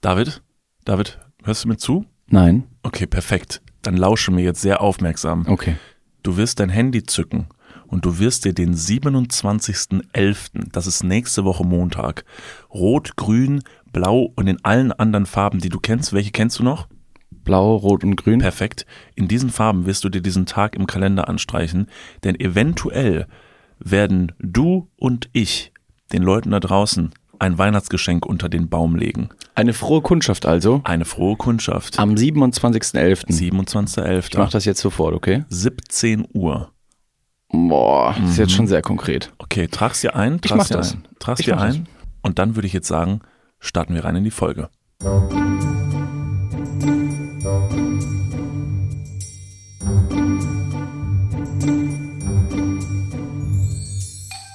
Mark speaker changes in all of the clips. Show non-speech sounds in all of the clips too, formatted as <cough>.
Speaker 1: David? David, hörst du mir zu?
Speaker 2: Nein.
Speaker 1: Okay, perfekt. Dann lausche mir jetzt sehr aufmerksam.
Speaker 2: Okay.
Speaker 1: Du wirst dein Handy zücken und du wirst dir den 27.11., das ist nächste Woche Montag, rot, grün, blau und in allen anderen Farben, die du kennst, welche kennst du noch?
Speaker 2: Blau, Rot und Grün.
Speaker 1: Perfekt. In diesen Farben wirst du dir diesen Tag im Kalender anstreichen, denn eventuell werden du und ich den Leuten da draußen ein Weihnachtsgeschenk unter den Baum legen.
Speaker 2: Eine frohe Kundschaft also.
Speaker 1: Eine frohe Kundschaft.
Speaker 2: Am 27.11. Ich mach
Speaker 1: 27.11.
Speaker 2: das jetzt sofort, okay?
Speaker 1: 17 Uhr.
Speaker 2: Boah, das ist
Speaker 1: Mhm.
Speaker 2: jetzt schon sehr konkret.
Speaker 1: Okay, trag's dir ein. Trag's
Speaker 2: mach
Speaker 1: dir
Speaker 2: das.
Speaker 1: Ein, trag's
Speaker 2: Ich
Speaker 1: dir
Speaker 2: mach das.
Speaker 1: ein. Und dann würde ich jetzt sagen, starten wir rein in die Folge.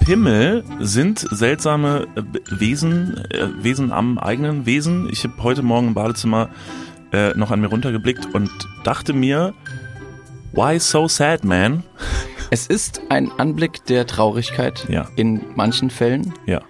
Speaker 1: Pimmel sind seltsame äh, B- Wesen, äh, Wesen am eigenen Wesen. Ich habe heute Morgen im Badezimmer äh, noch an mir runtergeblickt und dachte mir, why so sad, man?
Speaker 2: Es ist ein Anblick der Traurigkeit
Speaker 1: Ja.
Speaker 2: in manchen Fällen,
Speaker 1: Ja.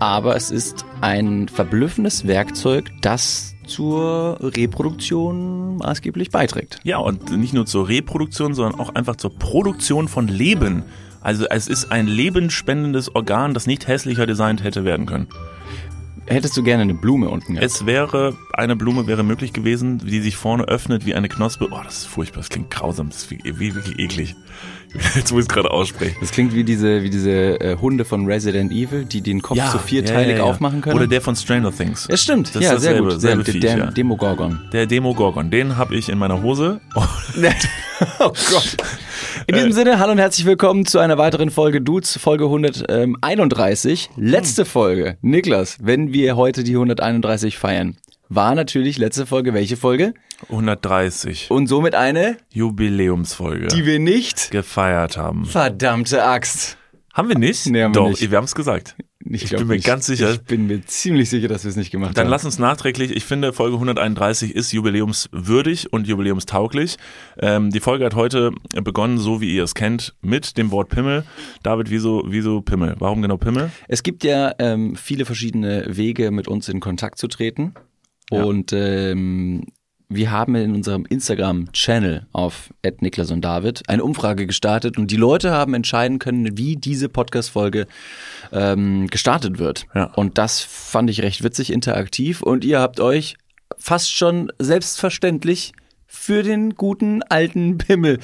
Speaker 2: aber es ist ein verblüffendes Werkzeug, das zur Reproduktion maßgeblich beiträgt.
Speaker 1: Ja, und nicht nur zur Reproduktion, sondern auch einfach zur Produktion von Leben. Also es ist ein lebensspendendes Organ, das nicht hässlicher designt hätte werden können.
Speaker 2: Hättest du gerne eine Blume unten gehabt?
Speaker 1: Es wäre, eine Blume wäre möglich gewesen, die sich vorne öffnet wie eine Knospe. Oh, das ist furchtbar, das klingt grausam, das ist wie, wie, wirklich eklig. <laughs> Jetzt muss ich es gerade aussprechen.
Speaker 2: Das klingt wie diese, wie diese äh, Hunde von Resident Evil, die den Kopf so vierteilig aufmachen können.
Speaker 1: Oder der von Stranger Things.
Speaker 2: ja, stimmt.
Speaker 1: Das
Speaker 2: ja,
Speaker 1: ist
Speaker 2: sehr
Speaker 1: dasselbe-
Speaker 2: gut. Sehr
Speaker 1: dasselbe
Speaker 2: gut. Der,
Speaker 1: Viech,
Speaker 2: der
Speaker 1: ja.
Speaker 2: Demogorgon.
Speaker 1: Der Demogorgon, den habe ich in meiner Hose. <laughs>
Speaker 2: oh Gott. In diesem Sinne, hallo und herzlich willkommen zu einer weiteren Folge Dudes, Folge 131. Letzte Folge. Niklas, wenn wir heute die 131 feiern, war natürlich letzte Folge welche Folge?
Speaker 1: 130.
Speaker 2: Und somit eine,
Speaker 1: Jubiläumsfolge.
Speaker 2: die wir nicht.
Speaker 1: gefeiert haben.
Speaker 2: Verdammte Axt.
Speaker 1: Haben wir nicht?
Speaker 2: Nee, haben wir
Speaker 1: Doch,
Speaker 2: nicht.
Speaker 1: wir haben es gesagt.
Speaker 2: Ich,
Speaker 1: bin mir ganz sicher.
Speaker 2: Ich bin mir ziemlich sicher, dass wir es nicht gemacht
Speaker 1: Dann
Speaker 2: haben.
Speaker 1: lass uns nachträglich, ich finde, Folge 131 ist jubiläumswürdig und jubiläumstauglich. Ähm, die Folge hat heute begonnen, so wie ihr es kennt, mit dem Wort Pimmel. David, wieso, wieso Pimmel? Warum genau Pimmel?
Speaker 2: Es gibt ja ähm, viele verschiedene Wege, mit uns in Kontakt zu treten.
Speaker 1: Ja.
Speaker 2: Und ähm, wir haben in unserem Instagram-Channel auf Niklas und David eine Umfrage gestartet und die Leute haben entscheiden können, wie diese Podcast-Folge ähm, gestartet wird.
Speaker 1: Ja.
Speaker 2: Und das fand ich recht witzig, interaktiv. Und ihr habt euch fast schon selbstverständlich für den guten alten Pimmel.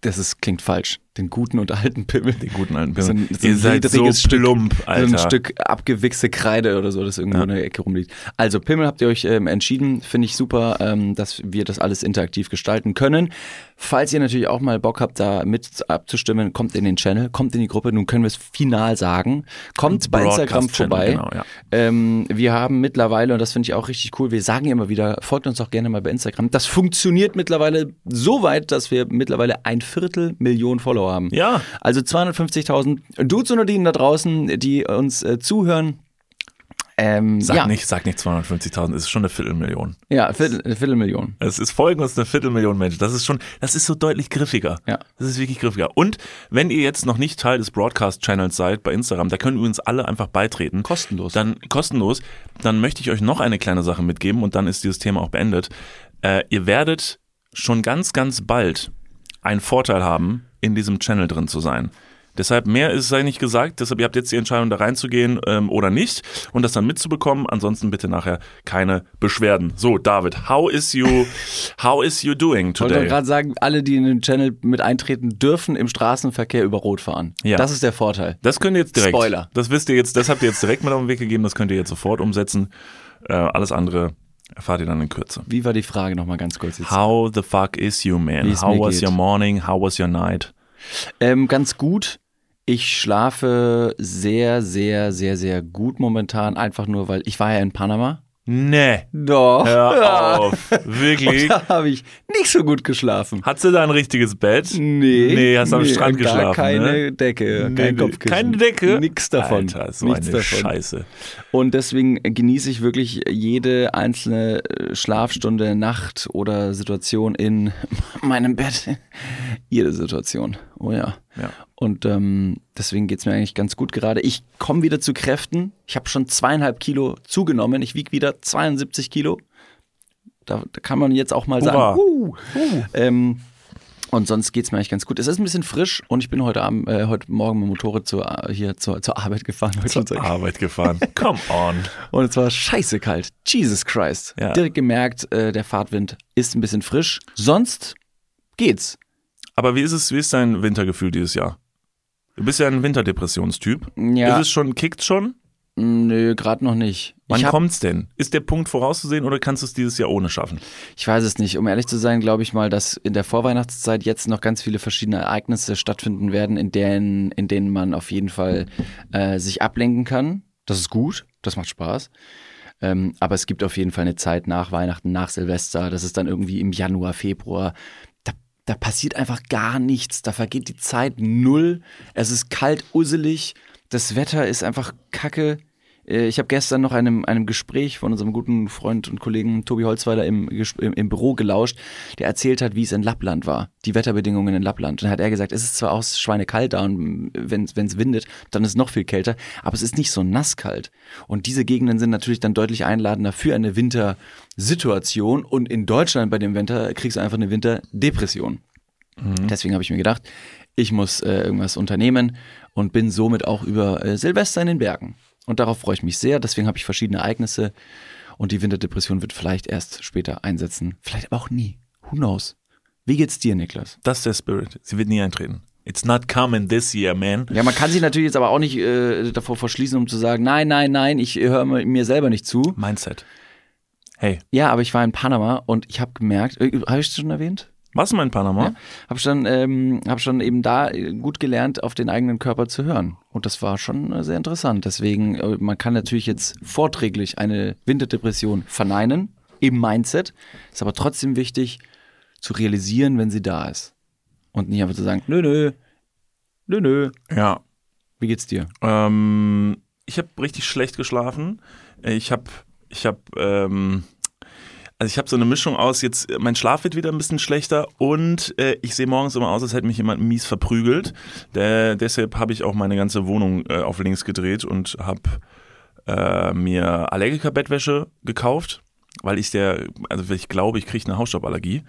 Speaker 2: Das ist, klingt falsch. Den guten und alten Pimmel.
Speaker 1: Den guten alten
Speaker 2: So
Speaker 1: Pimmel.
Speaker 2: ein- so ein
Speaker 1: ihr seid so
Speaker 2: ledriges Stück-
Speaker 1: plump, Alter.
Speaker 2: so ein Stück abgewichste Kreide oder so, das irgendwo in der Ecke rumliegt. Also Pimmel habt ihr euch ähm, entschieden, finde ich super, ähm, dass wir das alles interaktiv gestalten können. Falls ihr natürlich auch mal Bock habt, da mit abzustimmen, kommt in den Channel, kommt in die Gruppe, nun können wir es final sagen. Kommt bei Instagram
Speaker 1: Broadcast-Channel,
Speaker 2: vorbei.
Speaker 1: genau, ja.
Speaker 2: ähm, wir haben mittlerweile, und das finde ich auch richtig cool, wir sagen immer wieder, folgt uns auch gerne mal bei Instagram. Das funktioniert mittlerweile so weit, dass wir mittlerweile ein Viertel Million Follower haben.
Speaker 1: Ja.
Speaker 2: <laughs> Also 250.000 Dudes und Odinen da draußen, die uns äh, zuhören. Ähm,
Speaker 1: Sag
Speaker 2: ja,
Speaker 1: nicht, sag nicht 250.000, es ist schon eine Viertelmillion.
Speaker 2: ja Viertel, eine Viertelmillion.
Speaker 1: Es ist folgen uns eine Viertelmillion Menschen. Das ist schon, das ist so deutlich griffiger.
Speaker 2: Ja.
Speaker 1: Das ist wirklich griffiger. Und wenn ihr jetzt noch nicht Teil des Broadcast-Channels seid bei Instagram, da können übrigens alle einfach beitreten.
Speaker 2: Kostenlos.
Speaker 1: Dann kostenlos. Dann möchte ich euch noch eine kleine Sache mitgeben und dann ist dieses Thema auch beendet. Äh, ihr werdet schon ganz, ganz bald einen Vorteil haben, in diesem Channel drin zu sein. Deshalb mehr ist sei nicht gesagt. Deshalb ihr habt jetzt die Entscheidung, da reinzugehen ähm, oder nicht und das dann mitzubekommen. Ansonsten bitte nachher keine Beschwerden. So, David, how is you, how is you doing
Speaker 2: Ich wollte
Speaker 1: today?
Speaker 2: gerade sagen, alle, die in den Channel mit eintreten, dürfen im Straßenverkehr über Rot fahren.
Speaker 1: Ja.
Speaker 2: Das ist der Vorteil.
Speaker 1: Das könnt ihr jetzt direkt.
Speaker 2: Spoiler.
Speaker 1: Das wisst ihr jetzt, das habt ihr jetzt direkt mit auf den Weg gegeben, das könnt ihr jetzt sofort umsetzen. Äh, alles andere erfahrt ihr dann in Kürze.
Speaker 2: Wie war die Frage nochmal ganz kurz jetzt?
Speaker 1: How the fuck is you,
Speaker 2: Wie
Speaker 1: man?
Speaker 2: es
Speaker 1: How
Speaker 2: mir
Speaker 1: was
Speaker 2: geht.
Speaker 1: your morning? How was your night?
Speaker 2: Ähm, ganz gut. Ich schlafe sehr, sehr, sehr, sehr gut momentan. Einfach nur, weil ich war ja in Panama.
Speaker 1: Nee.
Speaker 2: Doch. <laughs>
Speaker 1: Hör auf. Wirklich.
Speaker 2: Da habe ich nicht so gut geschlafen.
Speaker 1: Hat sie da ein richtiges Bett?
Speaker 2: Nee.
Speaker 1: Nee, hast am Strand
Speaker 2: gar
Speaker 1: geschlafen,
Speaker 2: Keine
Speaker 1: ne?
Speaker 2: Decke,
Speaker 1: Nee,
Speaker 2: kein
Speaker 1: nee,
Speaker 2: Kopfkissen.
Speaker 1: Keine Decke?
Speaker 2: Nix davon.
Speaker 1: Alter, so
Speaker 2: Nichts
Speaker 1: eine
Speaker 2: davon.
Speaker 1: Scheiße.
Speaker 2: Und deswegen genieße ich wirklich jede einzelne äh, Schlafstunde, Nacht oder Situation in <laughs> meinem Bett. Jede Situation. Oh ja.
Speaker 1: Ja.
Speaker 2: Und ähm, deswegen geht's mir eigentlich ganz gut gerade. Ich komme wieder zu Kräften. Ich habe schon zweieinhalb Kilo zugenommen. Ich wiege wieder 72 Kilo. Da, da kann man jetzt auch mal
Speaker 1: Hurra.
Speaker 2: sagen. Uh, Ähm, und sonst geht's mir eigentlich ganz gut. Es ist ein bisschen frisch und ich bin heute Abend, äh, heute Morgen mit dem Motorrad zur, äh, hier zur, zur Arbeit gefahren. Wollte schon sagen.
Speaker 1: Arbeit
Speaker 2: <laughs>
Speaker 1: gefahren. Come on.
Speaker 2: Und es war scheiße kalt. Jesus Christ.
Speaker 1: Ja.
Speaker 2: Direkt gemerkt, äh, der Fahrtwind ist ein bisschen frisch. Sonst geht's.
Speaker 1: Aber wie ist es, wie ist dein Wintergefühl dieses Jahr? Du bist ja ein Winterdepressionstyp.
Speaker 2: Ja.
Speaker 1: Ist es schon, kickt schon?
Speaker 2: Hm, Nö, gerade noch nicht.
Speaker 1: Wann
Speaker 2: ich, hab,
Speaker 1: kommt's denn? Ist der Punkt vorauszusehen oder kannst du es dieses Jahr ohne schaffen?
Speaker 2: ich weiß es nicht. Um ehrlich zu sein, glaube ich mal, dass in der Vorweihnachtszeit jetzt noch ganz viele verschiedene Ereignisse stattfinden werden, in denen, in denen man auf jeden Fall äh, sich ablenken kann. Das ist gut, das macht Spaß. Ähm, aber es gibt auf jeden Fall eine Zeit nach Weihnachten, nach Silvester, das ist dann irgendwie im Januar, Februar. Da, da passiert einfach gar nichts. Da vergeht die Zeit null. Es ist kalt, usselig. Das Wetter ist einfach kacke. Äh, Ich habe gestern noch einem, einem Gespräch von unserem guten Freund und Kollegen Tobi Holzweiler im, Ges- im, im Büro gelauscht, der erzählt hat, wie es in Lappland war, die Wetterbedingungen in Lappland. Und hat er gesagt, es ist zwar auch schweinekalt da und wenn es windet, dann ist es noch viel kälter, aber es ist nicht so nasskalt. Und diese Gegenden sind natürlich dann deutlich einladender für eine Wintersituation und in Deutschland bei dem Winter kriegst du einfach eine Winterdepression. Deswegen habe ich mir gedacht, ich muss äh, irgendwas unternehmen und bin somit auch über äh, Silvester in den Bergen. Und darauf freue ich mich sehr. Deswegen habe ich verschiedene Ereignisse und die Winterdepression wird vielleicht erst später einsetzen. Vielleicht aber auch nie. Who knows? Wie geht's dir, Niklas?
Speaker 1: Das ist der Spirit. Sie wird nie eintreten. It's not coming this year, man.
Speaker 2: Ja, man kann sich natürlich jetzt aber auch nicht äh, davor verschließen, um zu sagen, nein, nein, nein, ich äh, höre mir selber nicht zu.
Speaker 1: Mindset. Hey,
Speaker 2: Ja, aber ich war in Panama und ich habe gemerkt, äh, habe ich es schon erwähnt?
Speaker 1: warst du mal in Panama?
Speaker 2: Habe schon, ähm, hab schon eben da äh, gut gelernt, auf den eigenen Körper zu hören. Und das war schon äh, sehr interessant. Deswegen, äh, man kann natürlich jetzt vorträglich eine Winterdepression verneinen im Mindset. Ist aber trotzdem wichtig zu realisieren, wenn sie da ist. Und nicht einfach zu sagen, nö, nö, nö, nö.
Speaker 1: ja.
Speaker 2: Wie geht's dir?
Speaker 1: Ähm, ich habe richtig schlecht geschlafen. Ich habe, ich habe, ähm, also ich habe so eine Mischung aus jetzt, äh, mein Schlaf wird wieder ein bisschen schlechter und äh, ich sehe morgens immer aus, als hätte mich jemand mies verprügelt. Der, deshalb habe ich auch meine ganze Wohnung äh, auf links gedreht und habe äh, mir Allergiker-Bettwäsche gekauft, weil ich der, also ich glaube, ich kriege eine Hausstauballergie.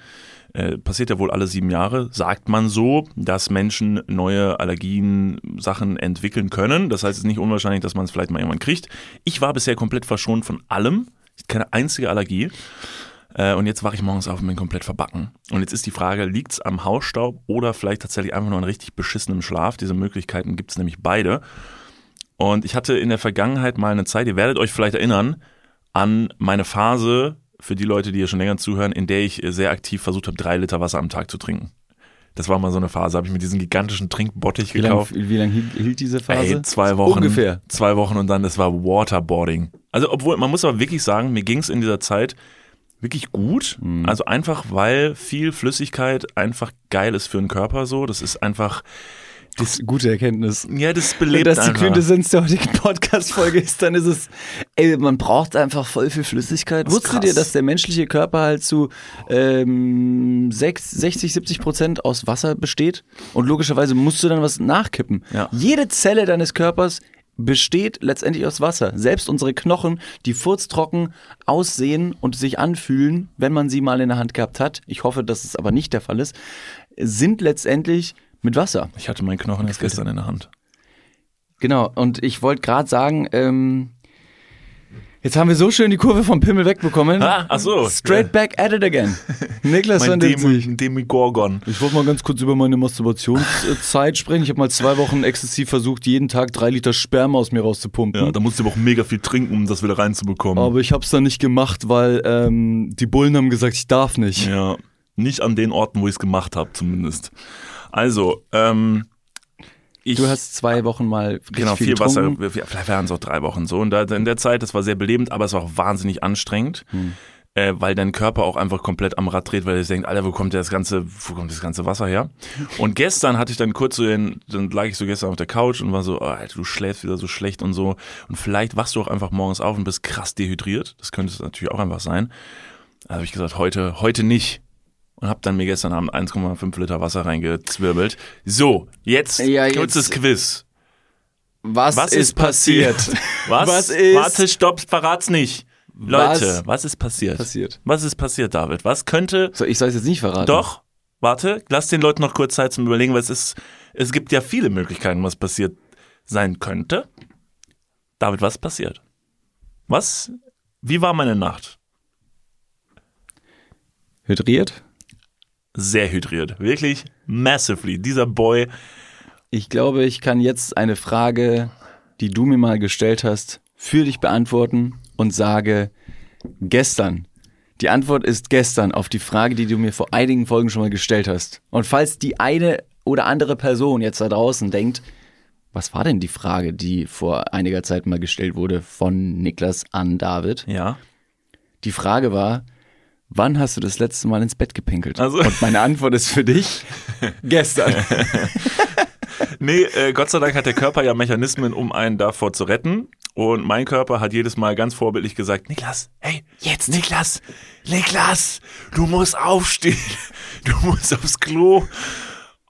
Speaker 1: Äh, passiert ja wohl alle sieben Jahre, sagt man so, dass Menschen neue Allergien, Sachen entwickeln können. Das heißt, es ist nicht unwahrscheinlich, dass man es vielleicht mal irgendwann kriegt. Ich war bisher komplett verschont von allem. Ich hatte keine einzige Allergie. Äh, Und jetzt wache ich morgens auf und bin komplett verbacken. Und jetzt ist die Frage, liegt es am Hausstaub oder vielleicht tatsächlich einfach nur an richtig beschissenem Schlaf? Diese Möglichkeiten gibt es nämlich beide. Und ich hatte in der Vergangenheit mal eine Zeit, ihr werdet euch vielleicht erinnern, an meine Phase, für die Leute, die hier schon länger zuhören, in der ich äh, sehr aktiv versucht habe, drei Liter Wasser am Tag zu trinken. Das war mal so eine Phase, habe ich mir diesen gigantischen Trinkbottich
Speaker 2: Wie lange
Speaker 1: gekauft.
Speaker 2: wie lang hielt, hielt diese Phase?
Speaker 1: Ey, zwei Wochen.
Speaker 2: Ungefähr.
Speaker 1: Zwei Wochen und dann, das war Waterboarding. Also, obwohl, man muss aber wirklich sagen, mir ging es in dieser Zeit wirklich gut.
Speaker 2: Mhm.
Speaker 1: Also einfach, weil viel Flüssigkeit einfach geil ist für den Körper so. Das ist einfach,
Speaker 2: Gute Erkenntnis.
Speaker 1: ja, das
Speaker 2: Wenn
Speaker 1: belebt
Speaker 2: das die
Speaker 1: einfach.
Speaker 2: Quintessenz der heutigen Podcast-Folge ist, dann ist es, ey, man braucht einfach voll viel Flüssigkeit.
Speaker 1: Das ist
Speaker 2: Wusstet
Speaker 1: krass.
Speaker 2: ihr, dass der menschliche Körper halt zu ähm, sechs- 60, 70 Prozent aus Wasser besteht? Und logischerweise musst du dann was nachkippen.
Speaker 1: Ja.
Speaker 2: Jede Zelle deines Körpers besteht letztendlich aus Wasser. Selbst unsere Knochen, die furztrocken aussehen und sich anfühlen, wenn man sie mal in der Hand gehabt hat, ich hoffe, dass es aber nicht der Fall ist, sind letztendlich mit Wasser.
Speaker 1: ich hatte meinen Knochen erst gestern in der Hand.
Speaker 2: Genau, und ich wollte gerade sagen, ähm, jetzt haben wir so schön die Kurve vom Pimmel wegbekommen.
Speaker 1: Ah, ach so.
Speaker 2: Straight back at it again.
Speaker 1: <laughs>
Speaker 2: Niklas
Speaker 1: Mein
Speaker 2: von
Speaker 1: Demi, Demigorgon.
Speaker 2: Ich wollte mal ganz kurz über meine Masturbationszeit sprechen. Ich habe mal zwei Wochen exzessiv versucht, jeden Tag drei Liter Sperma aus mir rauszupumpen.
Speaker 1: Ja, da musst du aber auch mega viel trinken, um das wieder reinzubekommen.
Speaker 2: Aber ich habe es dann nicht gemacht, weil ähm, die Bullen haben gesagt, ich darf nicht.
Speaker 1: Ja, nicht an den Orten, wo ich es gemacht habe, zumindest. Also, ähm, ich,
Speaker 2: Du hast zwei Wochen mal richtig
Speaker 1: genau,
Speaker 2: viel,
Speaker 1: viel, Wasser.
Speaker 2: getrunken. Hm.
Speaker 1: Wir- wir- Vielleicht waren es auch drei Wochen so. Und da, in der Zeit, das war sehr belebend, aber es war auch wahnsinnig anstrengend. äh, weil dein Körper auch einfach komplett am Rad dreht, weil er sich denkt, Alter, wo kommt das ganze, wo kommt das ganze Wasser her? Und gestern hatte ich dann kurz so den, dann lag ich so gestern auf der Couch und war so, oh, Alter, du schläfst wieder so schlecht und so. Und vielleicht wachst du auch einfach morgens auf und bist krass dehydriert. Das könnte es natürlich auch einfach sein. Da habe ich gesagt, heute, heute nicht. Und habe dann mir gestern Abend 1,5 Liter Wasser reingezwirbelt. So, jetzt,
Speaker 2: Ja, jetzt-
Speaker 1: kurzes Quiz.
Speaker 2: Was, ist passiert? <laughs>
Speaker 1: Was?
Speaker 2: Was ist-
Speaker 1: Warte, stopp, verrat's nicht.
Speaker 2: Was
Speaker 1: Leute, was, ist passiert?
Speaker 2: passiert?
Speaker 1: Was ist passiert, David? Was könnte.
Speaker 2: So, ich soll es jetzt nicht verraten.
Speaker 1: Doch, warte, lass den Leuten noch kurz Zeit zum Überlegen, weil es ist. Es gibt ja viele Möglichkeiten, was passiert sein könnte. David, was ist passiert? Was? Wie war meine Nacht?
Speaker 2: Hydriert?
Speaker 1: Sehr hydriert. Wirklich massively. Dieser Boy.
Speaker 2: Ich glaube, ich kann jetzt eine Frage, die du mir mal gestellt hast, für dich beantworten und sage gestern. Die Antwort ist gestern auf die Frage, die du mir vor einigen Folgen schon mal gestellt hast. Und falls die eine oder andere Person jetzt da draußen denkt, was war denn die Frage, die vor einiger Zeit mal gestellt wurde von Niklas an David?
Speaker 1: Ja.
Speaker 2: Die Frage war, wann hast du das letzte Mal ins Bett gepinkelt?
Speaker 1: Also-
Speaker 2: Und meine Antwort ist
Speaker 1: <laughs>
Speaker 2: für dich gestern.
Speaker 1: Nee, äh, Gott sei Dank hat der Körper ja Mechanismen, um einen davor zu retten. Und mein Körper hat jedes Mal ganz vorbildlich gesagt, Niklas, hey, jetzt Niklas, Niklas, du musst aufstehen, du musst aufs Klo.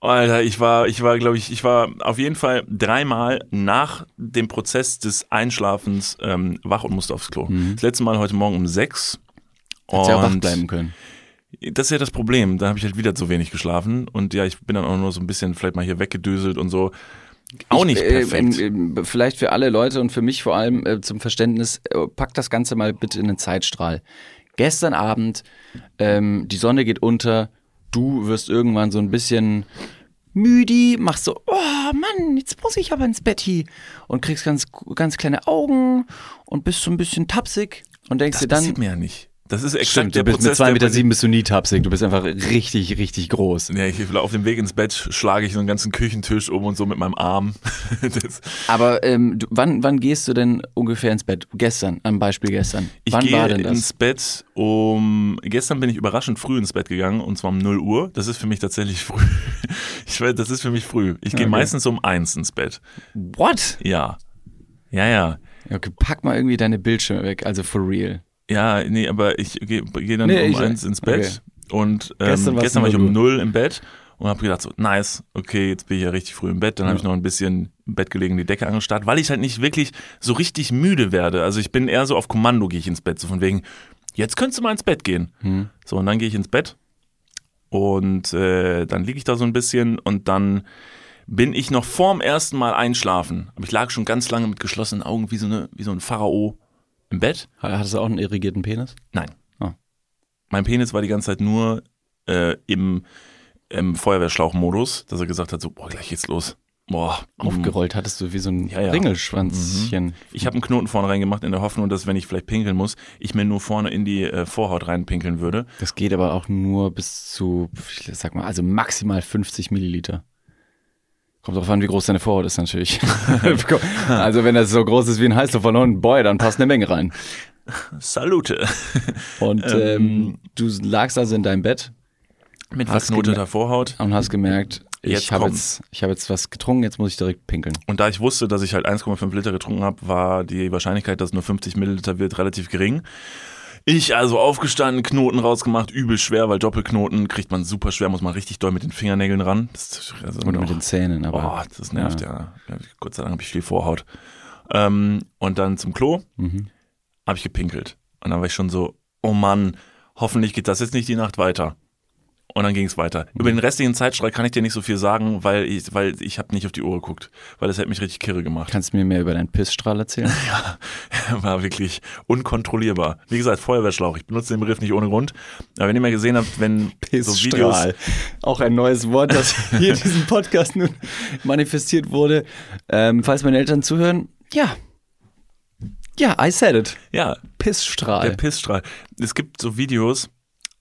Speaker 1: Alter, ich war, ich war, glaube ich, ich war auf jeden Fall dreimal nach dem Prozess des Einschlafens ähm, wach und musste aufs Klo. Das letzte Mal heute Morgen um sechs.
Speaker 2: Hättest Mhm. ja auch wach
Speaker 1: Und-
Speaker 2: bleiben können.
Speaker 1: das ist ja das Problem. Da habe ich halt wieder zu wenig geschlafen. Und ja, ich bin dann auch nur so ein bisschen vielleicht mal hier weggedöselt und so. Auch nicht
Speaker 2: Äh,
Speaker 1: perfekt.
Speaker 2: ähm, ähm, vielleicht für alle Leute und für mich vor allem äh, zum Verständnis, äh, packt das Ganze mal bitte in den Zeitstrahl. Gestern Abend, ähm, die Sonne geht unter, du wirst irgendwann so ein bisschen müde, machst so, oh Mann, jetzt muss ich aber ins Bett hier. Und kriegst ganz, ganz kleine Augen und bist so ein bisschen tapsig und denkst dir
Speaker 1: das
Speaker 2: dann,
Speaker 1: sieht mir ja nicht. Das ist exakt
Speaker 2: Stimmt,
Speaker 1: der
Speaker 2: du bist
Speaker 1: Prozess.
Speaker 2: mit 2,7
Speaker 1: der-
Speaker 2: Meter sieben bist du nie tapsig. Du bist einfach richtig, richtig groß.
Speaker 1: Ja, ich, auf dem Weg ins Bett schlage ich so einen ganzen Küchentisch um und so mit meinem Arm. <laughs> Das,
Speaker 2: Aber ähm, du, wann, wann gehst du denn ungefähr ins Bett? Gestern, am Beispiel gestern.
Speaker 1: ich
Speaker 2: wann
Speaker 1: gehe
Speaker 2: war denn das?
Speaker 1: ins Bett um. Gestern bin ich überraschend früh ins Bett gegangen und zwar um 0 Uhr. Das ist für mich tatsächlich <laughs> früh. Ich weiß, das ist für mich früh. Ich gehe meistens um 1 ins Bett.
Speaker 2: What?
Speaker 1: Ja. Ja, ja.
Speaker 2: Okay, pack mal irgendwie deine Bildschirme weg, also for real.
Speaker 1: Ja, nee, aber ich gehe geh dann
Speaker 2: Nee,
Speaker 1: um
Speaker 2: ich- äh,
Speaker 1: eins ins Bett und ähm,
Speaker 2: Gestern
Speaker 1: gestern,
Speaker 2: war's
Speaker 1: war ich
Speaker 2: null
Speaker 1: um
Speaker 2: Uhr.
Speaker 1: null im Bett und habe gedacht so, nice, okay, jetzt bin ich ja richtig früh im Bett, dann hab habe ich noch ein bisschen im Bett gelegen, die Decke angestarrt, weil ich halt nicht wirklich so richtig müde werde. Also ich bin eher so auf Kommando gehe ich ins Bett, so von wegen, jetzt könntest du mal ins Bett gehen.
Speaker 2: Hm.
Speaker 1: So, und dann gehe ich ins Bett und äh, dann liege ich da so ein bisschen und dann bin ich noch vorm ersten Mal einschlafen. Aber ich lag schon ganz lange mit geschlossenen Augen wie so, eine, wie so ein Pharao im Bett.
Speaker 2: Hattest du auch einen irrigierten Penis?
Speaker 1: Nein.
Speaker 2: Ah.
Speaker 1: Mein Penis war die ganze Zeit nur äh, im, im Feuerwehrschlauchmodus, dass er gesagt hat, so, boah, gleich geht's los. Boah, mm.
Speaker 2: Aufgerollt hattest du wie so ein
Speaker 1: Ja, ja.
Speaker 2: Ringelschwanzchen.
Speaker 1: Ich habe einen Knoten vorne reingemacht in der Hoffnung, dass wenn ich vielleicht pinkeln muss, ich mir nur vorne in die äh, Vorhaut reinpinkeln würde.
Speaker 2: Das geht aber auch nur bis zu, ich sag mal, also maximal 50 Milliliter. Kommt drauf an, wie groß deine Vorhaut ist <laughs> natürlich. also wenn das so groß ist wie ein Heißluftballon, boy, dann passt eine Menge rein.
Speaker 1: Salute.
Speaker 2: Und ähm, du lagst also in deinem Bett
Speaker 1: Mit genau?
Speaker 2: Hast
Speaker 1: verknoteter Vorhaut.
Speaker 2: und hast gemerkt,
Speaker 1: Jetzt
Speaker 2: ich habe
Speaker 1: kommt's.
Speaker 2: jetzt, ich hab jetzt was getrunken, jetzt muss ich direkt pinkeln.
Speaker 1: Und da ich wusste, dass ich halt 1,5 Liter getrunken habe, war die Wahrscheinlichkeit, dass nur 50 Milliliter wird, relativ gering. Ich also aufgestanden, Knoten rausgemacht, übel schwer, weil Doppelknoten kriegt man super schwer, muss man richtig doll mit den Fingernägeln ran. Das ist also
Speaker 2: Oder
Speaker 1: auch-
Speaker 2: mit den Zähnen, aber
Speaker 1: Boah, das nervt ja. ja. Gott sei Dank habe ich viel Vorhaut. Ähm, und dann zum Klo habe ich gepinkelt. Und dann war ich schon so, oh Mann, hoffentlich geht das jetzt nicht die Nacht weiter. Und dann ging es weiter. Über den restlichen Zeitstrahl kann ich dir nicht so viel sagen, weil ich, weil ich habe nicht auf die Uhr geguckt, weil das hätte mich richtig kirre gemacht.
Speaker 2: kannst du mir mehr über deinen Pissstrahl erzählen?
Speaker 1: <laughs> War wirklich unkontrollierbar. Wie gesagt, Feuerwehrschlauch. Ich benutze den Begriff nicht ohne Grund. Aber wenn ihr mal gesehen habt, wenn <laughs> so Videos
Speaker 2: Auch ein neues Wort, das hier in diesem Podcast nun manifestiert wurde. Ähm, falls meine Eltern zuhören, ja. Ja, I said it.
Speaker 1: Ja, der
Speaker 2: Pissstrahl.
Speaker 1: Pissstrahl. Es gibt so Videos,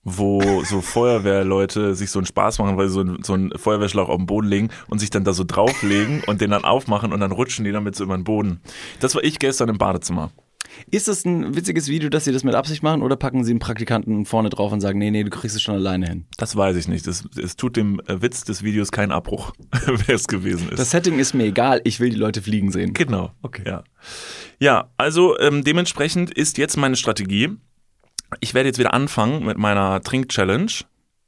Speaker 1: wo so Feuerwehrleute sich so einen Spaß machen, weil sie so, einen- so einen Feuerwehrschlauch auf den Boden legen und sich dann da so drauflegen und den dann aufmachen und dann rutschen die damit so über den Boden. Das war ich gestern im Badezimmer.
Speaker 2: Ist das ein witziges Video, dass sie das mit Absicht machen oder packen sie einen Praktikanten vorne drauf und sagen, nee, nee, du kriegst es schon alleine hin?
Speaker 1: Das weiß ich nicht. Es, es tut dem äh, Witz des Videos keinen Abbruch, <laughs> wer es gewesen ist.
Speaker 2: Das Setting ist mir egal, ich will die Leute fliegen sehen.
Speaker 1: genau, okay. Ja, ja also ähm, dementsprechend ist jetzt meine Strategie. Ich werde jetzt wieder anfangen mit meiner Trink-Challenge.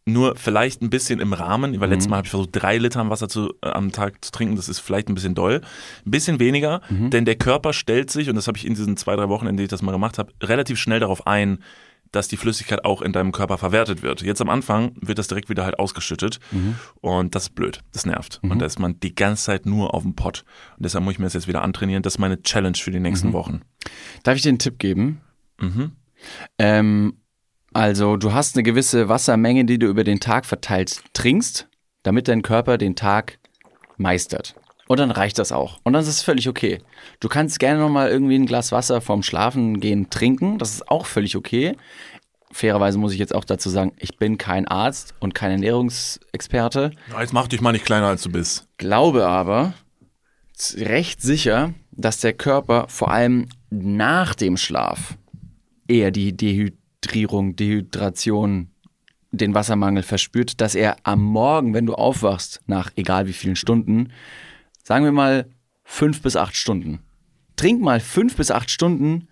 Speaker 1: Nur vielleicht ein bisschen im Rahmen, weil letztes Mal habe ich versucht, drei Liter am Wasser zu, äh, am Tag zu trinken. Das ist vielleicht ein bisschen doll. Ein bisschen weniger, denn der Körper stellt sich, und das habe ich in diesen zwei, drei Wochen, in denen ich das mal gemacht habe, relativ schnell darauf ein, dass die Flüssigkeit auch in deinem Körper verwertet wird. Jetzt am Anfang wird das direkt wieder halt ausgeschüttet. Und das ist blöd. Das nervt. Und da ist man die ganze Zeit nur auf dem Pott. Und deshalb muss ich mir das jetzt wieder antrainieren. Das ist meine Challenge für die nächsten Wochen.
Speaker 2: Darf ich dir einen Tipp geben? Ähm, also, du hast eine gewisse Wassermenge, die du über den Tag verteilt trinkst, damit dein Körper den Tag meistert. Und dann reicht das auch. Und dann ist es völlig okay. Du kannst gerne nochmal irgendwie ein Glas Wasser vorm Schlafengehen trinken. Das ist auch völlig okay. Fairerweise muss ich jetzt auch dazu sagen, ich bin kein Arzt und kein Ernährungsexperte.
Speaker 1: Jetzt mach dich mal nicht kleiner, als du bist.
Speaker 2: Glaube aber z- recht sicher, dass der Körper vor allem nach dem Schlaf eher die Dehydrierung, Dehydration, den Wassermangel verspürt, dass er am Morgen, wenn du aufwachst, nach egal wie vielen Stunden, sagen wir mal fünf bis acht Stunden, trink mal fünf bis acht Stunden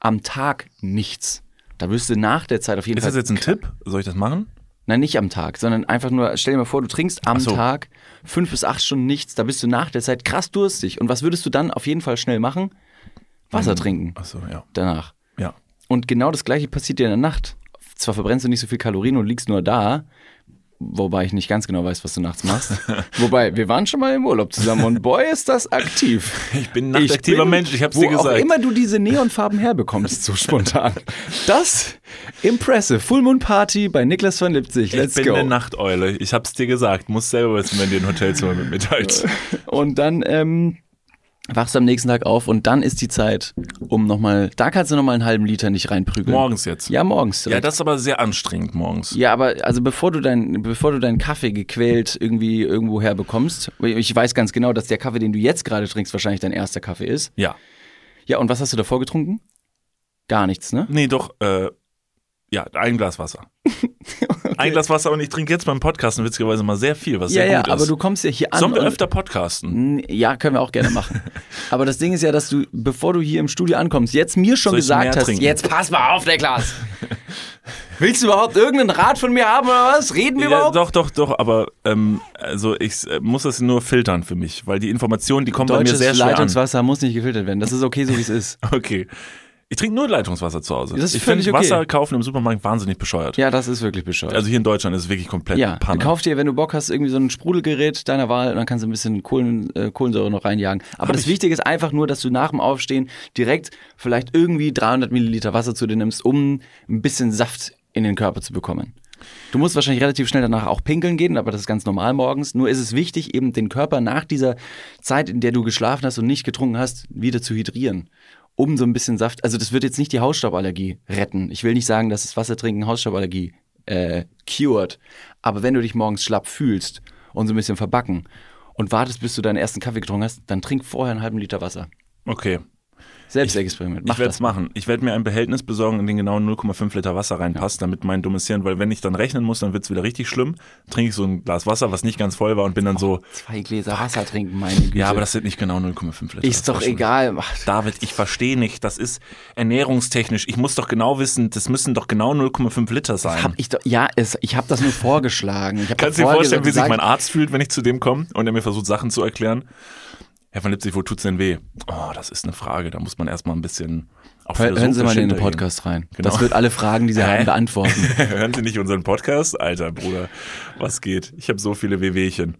Speaker 2: am Tag nichts. Da wirst du nach der Zeit auf jeden
Speaker 1: Ist
Speaker 2: Fall.
Speaker 1: das jetzt ein Tipp? Soll ich das machen?
Speaker 2: Nein, nicht am Tag, sondern einfach nur, stell dir mal vor, du trinkst am
Speaker 1: Ach so.
Speaker 2: Tag fünf bis acht Stunden nichts, da bist du nach der Zeit krass durstig. Und was würdest du dann auf jeden Fall schnell machen?
Speaker 1: Hm.
Speaker 2: Wasser trinken
Speaker 1: Achso, ja.
Speaker 2: danach.
Speaker 1: Ja.
Speaker 2: Und genau das gleiche passiert dir in der Nacht. Zwar verbrennst du nicht so viel Kalorien und liegst nur da, wobei ich nicht ganz genau weiß, was du nachts
Speaker 1: <laughs>
Speaker 2: machst. wobei, wir waren schon mal im Urlaub zusammen und boy, ist das aktiv.
Speaker 1: <laughs> Ich bin ein nachtaktiver
Speaker 2: bin-
Speaker 1: Mensch, ich hab's
Speaker 2: wo
Speaker 1: dir
Speaker 2: Auch
Speaker 1: gesagt.
Speaker 2: immer du diese Neonfarben
Speaker 1: <laughs>
Speaker 2: herbekommst, so spontan. Das impressive. Full Moon Party bei Niklas von Lipzig. Let's
Speaker 1: ich bin
Speaker 2: go.
Speaker 1: eine Nachteule. Ich hab's dir gesagt. Muss selber wissen, wenn dir ein Hotelzimmer mit mir <laughs> teilt.
Speaker 2: Und dann ähm, wachst du am nächsten Tag auf und dann ist die Zeit, um nochmal, da kannst du nochmal einen halben Liter nicht reinprügeln.
Speaker 1: Morgens jetzt.
Speaker 2: Ja, morgens.
Speaker 1: Ja,
Speaker 2: direkt.
Speaker 1: das ist aber sehr anstrengend morgens.
Speaker 2: Ja, aber also bevor du dein, bevor du deinen Kaffee gequält irgendwie irgendwo herbekommst, ich weiß ganz genau, dass der Kaffee, den du jetzt gerade trinkst, wahrscheinlich dein erster Kaffee ist.
Speaker 1: Ja.
Speaker 2: Ja, und was hast du davor getrunken? Gar nichts, ne?
Speaker 1: Nee, doch, äh, ja, ein Glas
Speaker 2: <laughs>
Speaker 1: Wasser. Ein Glas Wasser und ich trinke jetzt beim Podcasten witzigerweise mal sehr viel, was
Speaker 2: Ja,
Speaker 1: sehr
Speaker 2: ja,
Speaker 1: gut ist.
Speaker 2: aber du kommst ja hier an.
Speaker 1: Sollen wir
Speaker 2: und-
Speaker 1: öfter podcasten?
Speaker 2: N- Ja, können wir auch gerne machen.
Speaker 1: <laughs>
Speaker 2: Aber das Ding ist ja, dass du, bevor du hier im Studio ankommst, jetzt mir schon
Speaker 1: Soll ich mehr
Speaker 2: gesagt hast,
Speaker 1: trinken?
Speaker 2: jetzt pass mal
Speaker 1: <laughs>
Speaker 2: auf, Niklas. Willst du überhaupt irgendeinen Rat von mir haben oder was? Reden wir
Speaker 1: Ja,
Speaker 2: überhaupt?
Speaker 1: doch, doch, doch, aber ähm, also ich äh, muss das nur filtern für mich, weil die Informationen, die kommen bei mir
Speaker 2: Deutsches
Speaker 1: sehr schwer an.
Speaker 2: Leitungswasser muss nicht gefiltert werden. Das ist okay, so wie es ist.
Speaker 1: <laughs> Okay. Ich trinke nur Leitungswasser zu Hause.
Speaker 2: Das ist
Speaker 1: ich finde
Speaker 2: völlig okay.
Speaker 1: Wasser kaufen im Supermarkt wahnsinnig bescheuert.
Speaker 2: Ja, das ist wirklich bescheuert.
Speaker 1: Also hier in Deutschland ist es wirklich komplett
Speaker 2: Ja,
Speaker 1: Panne.
Speaker 2: kauf dir, wenn du Bock hast, irgendwie so ein Sprudelgerät deiner Wahl und dann kannst du ein bisschen Kohlen, äh, Kohlensäure noch reinjagen. Aber das Wichtige ist einfach nur, dass du nach dem Aufstehen direkt vielleicht irgendwie 300 Milliliter Wasser zu dir nimmst, um ein bisschen Saft in den Körper zu bekommen. Du musst wahrscheinlich relativ schnell danach auch pinkeln gehen, aber das ist ganz normal morgens. Nur ist es wichtig, eben den Körper nach dieser Zeit, in der du geschlafen hast und nicht getrunken hast, wieder zu hydrieren. Um so ein bisschen Saft. Also, das wird jetzt nicht die Hausstauballergie retten. Ich will nicht sagen, dass das Wasser trinken Hausstauballergie äh, cured. Aber wenn du dich morgens schlapp fühlst und so ein bisschen verbacken und wartest, bis du deinen ersten Kaffee getrunken hast, dann trink vorher einen halben Liter Wasser.
Speaker 1: Okay.
Speaker 2: Selbstexperiment. Mach
Speaker 1: ich werde
Speaker 2: das.
Speaker 1: es machen. Ich werde mir ein Behältnis besorgen, in den genau 0,5 Liter Wasser reinpasst, damit mein dummes Hirn, weil wenn ich dann rechnen muss, dann wird es wieder richtig schlimm. Trinke ich so ein Glas Wasser, was nicht ganz voll war und bin dann so,
Speaker 2: Zwei Gläser Wasser trinken, meine Güte.
Speaker 1: ja, aber das sind nicht genau 0,5 Liter.
Speaker 2: ist doch egal. Ach,
Speaker 1: David, ich verstehe nicht. Das ist ernährungstechnisch. Ich muss doch genau wissen, das müssen doch genau 0,5 Liter sein.
Speaker 2: Hab ich doch, ja, es, ich habe das nur vorgeschlagen. Ich hab
Speaker 1: Kannst du
Speaker 2: doch
Speaker 1: dir
Speaker 2: vorher
Speaker 1: vorstellen, wie sich
Speaker 2: gesagt,
Speaker 1: mein Arzt fühlt, wenn ich zu dem komme und er mir versucht, Sachen zu erklären? Herr von Lipzig, wo tut's denn weh? Oh, das ist eine Frage. Da muss man erstmal ein bisschen auf
Speaker 2: Hör, hören Sie
Speaker 1: philosophisch
Speaker 2: mal in den
Speaker 1: hintergehen.
Speaker 2: Podcast rein.
Speaker 1: Genau.
Speaker 2: Das wird alle Fragen, die Sie
Speaker 1: <laughs> Hä?
Speaker 2: haben, beantworten.
Speaker 1: Hören Sie nicht unseren Podcast? Alter, Bruder, was geht? Ich habe so viele Wehwehchen.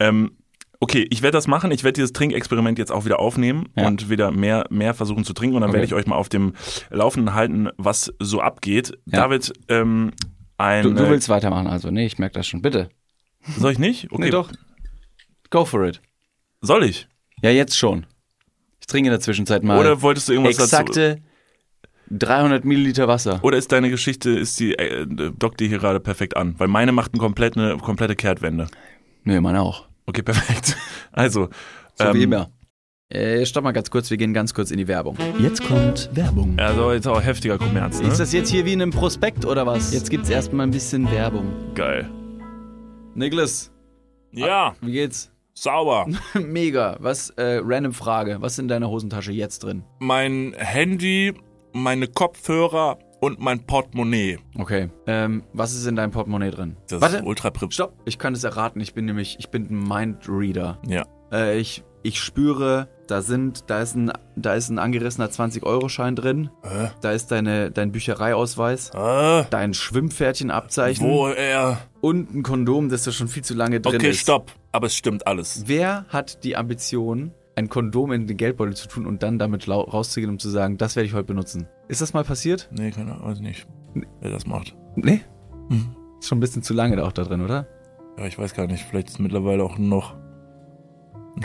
Speaker 1: Ähm, okay, ich werde das machen. Ich werde dieses Trinkexperiment jetzt auch wieder aufnehmen
Speaker 2: Ja.
Speaker 1: und wieder mehr, mehr versuchen zu trinken. Und dann
Speaker 2: Okay.
Speaker 1: werde ich euch mal auf dem Laufenden halten, was so abgeht.
Speaker 2: Ja.
Speaker 1: David, ähm, ein. äh,
Speaker 2: Du, du willst weitermachen, also. Nee, ich merke das schon. Bitte.
Speaker 1: Soll ich nicht? Okay.
Speaker 2: Nee, doch. Go for it.
Speaker 1: Soll ich?
Speaker 2: Ja, jetzt schon. Ich trinke in der Zwischenzeit mal
Speaker 1: Oder wolltest du irgendwas dazu?
Speaker 2: exakte 300 Milliliter Wasser.
Speaker 1: Oder ist deine Geschichte, ist die, äh, dockt die hier gerade perfekt an? Weil meine macht eine komplette, eine komplette Kehrtwende. <laughs>
Speaker 2: Nee, man auch.
Speaker 1: Okay, perfekt. Also.
Speaker 2: So wie immer. Äh, stopp mal ganz kurz, wir gehen ganz kurz in die Werbung.
Speaker 3: Jetzt kommt Werbung.
Speaker 1: Also jetzt auch heftiger Kommerz, ne?
Speaker 2: Ist das jetzt hier wie in einem Prospekt oder was? Jetzt gibt's erstmal ein bisschen Werbung.
Speaker 1: geil?
Speaker 2: Niklas,
Speaker 1: Ja,
Speaker 2: wie geht's? <laughs>
Speaker 1: sauber.
Speaker 2: Mega. Was, äh, random Frage. Was ist in deiner Hosentasche jetzt drin?
Speaker 1: Mein Handy, meine Kopfhörer und mein Portemonnaie.
Speaker 2: Okay. Ähm, was ist in deinem Portemonnaie drin?
Speaker 1: Das ist
Speaker 2: Warte,
Speaker 1: ultra privat.
Speaker 2: stopp. Ich kann es erraten. Ich bin nämlich, ich bin ein Mindreader.
Speaker 1: Ja.
Speaker 2: Äh, ich, ich spüre, da sind, da ist ein, da ist ein angerissener 20-Euro-Schein drin.
Speaker 1: Hä?
Speaker 2: Da ist deine, dein Büchereiausweis.
Speaker 1: Äh,
Speaker 2: Dein Schwimmpferdchenabzeichen.
Speaker 1: wo er.
Speaker 2: Und ein Kondom, das da schon viel zu lange drin
Speaker 1: Okay,
Speaker 2: ist.
Speaker 1: stopp. Aber es stimmt alles.
Speaker 2: Wer hat die Ambition, ein Kondom in den Geldbeutel zu tun und dann damit lau- rauszugehen, um zu sagen, das werde ich heute benutzen? Ist das mal passiert?
Speaker 1: Nee, keine Ahnung, weiß nicht, wer das macht.
Speaker 2: Nee.
Speaker 1: Hm.
Speaker 2: Ist schon ein bisschen zu lange auch da drin, oder?
Speaker 1: Ja, ich weiß gar nicht. Vielleicht ist mittlerweile auch noch ein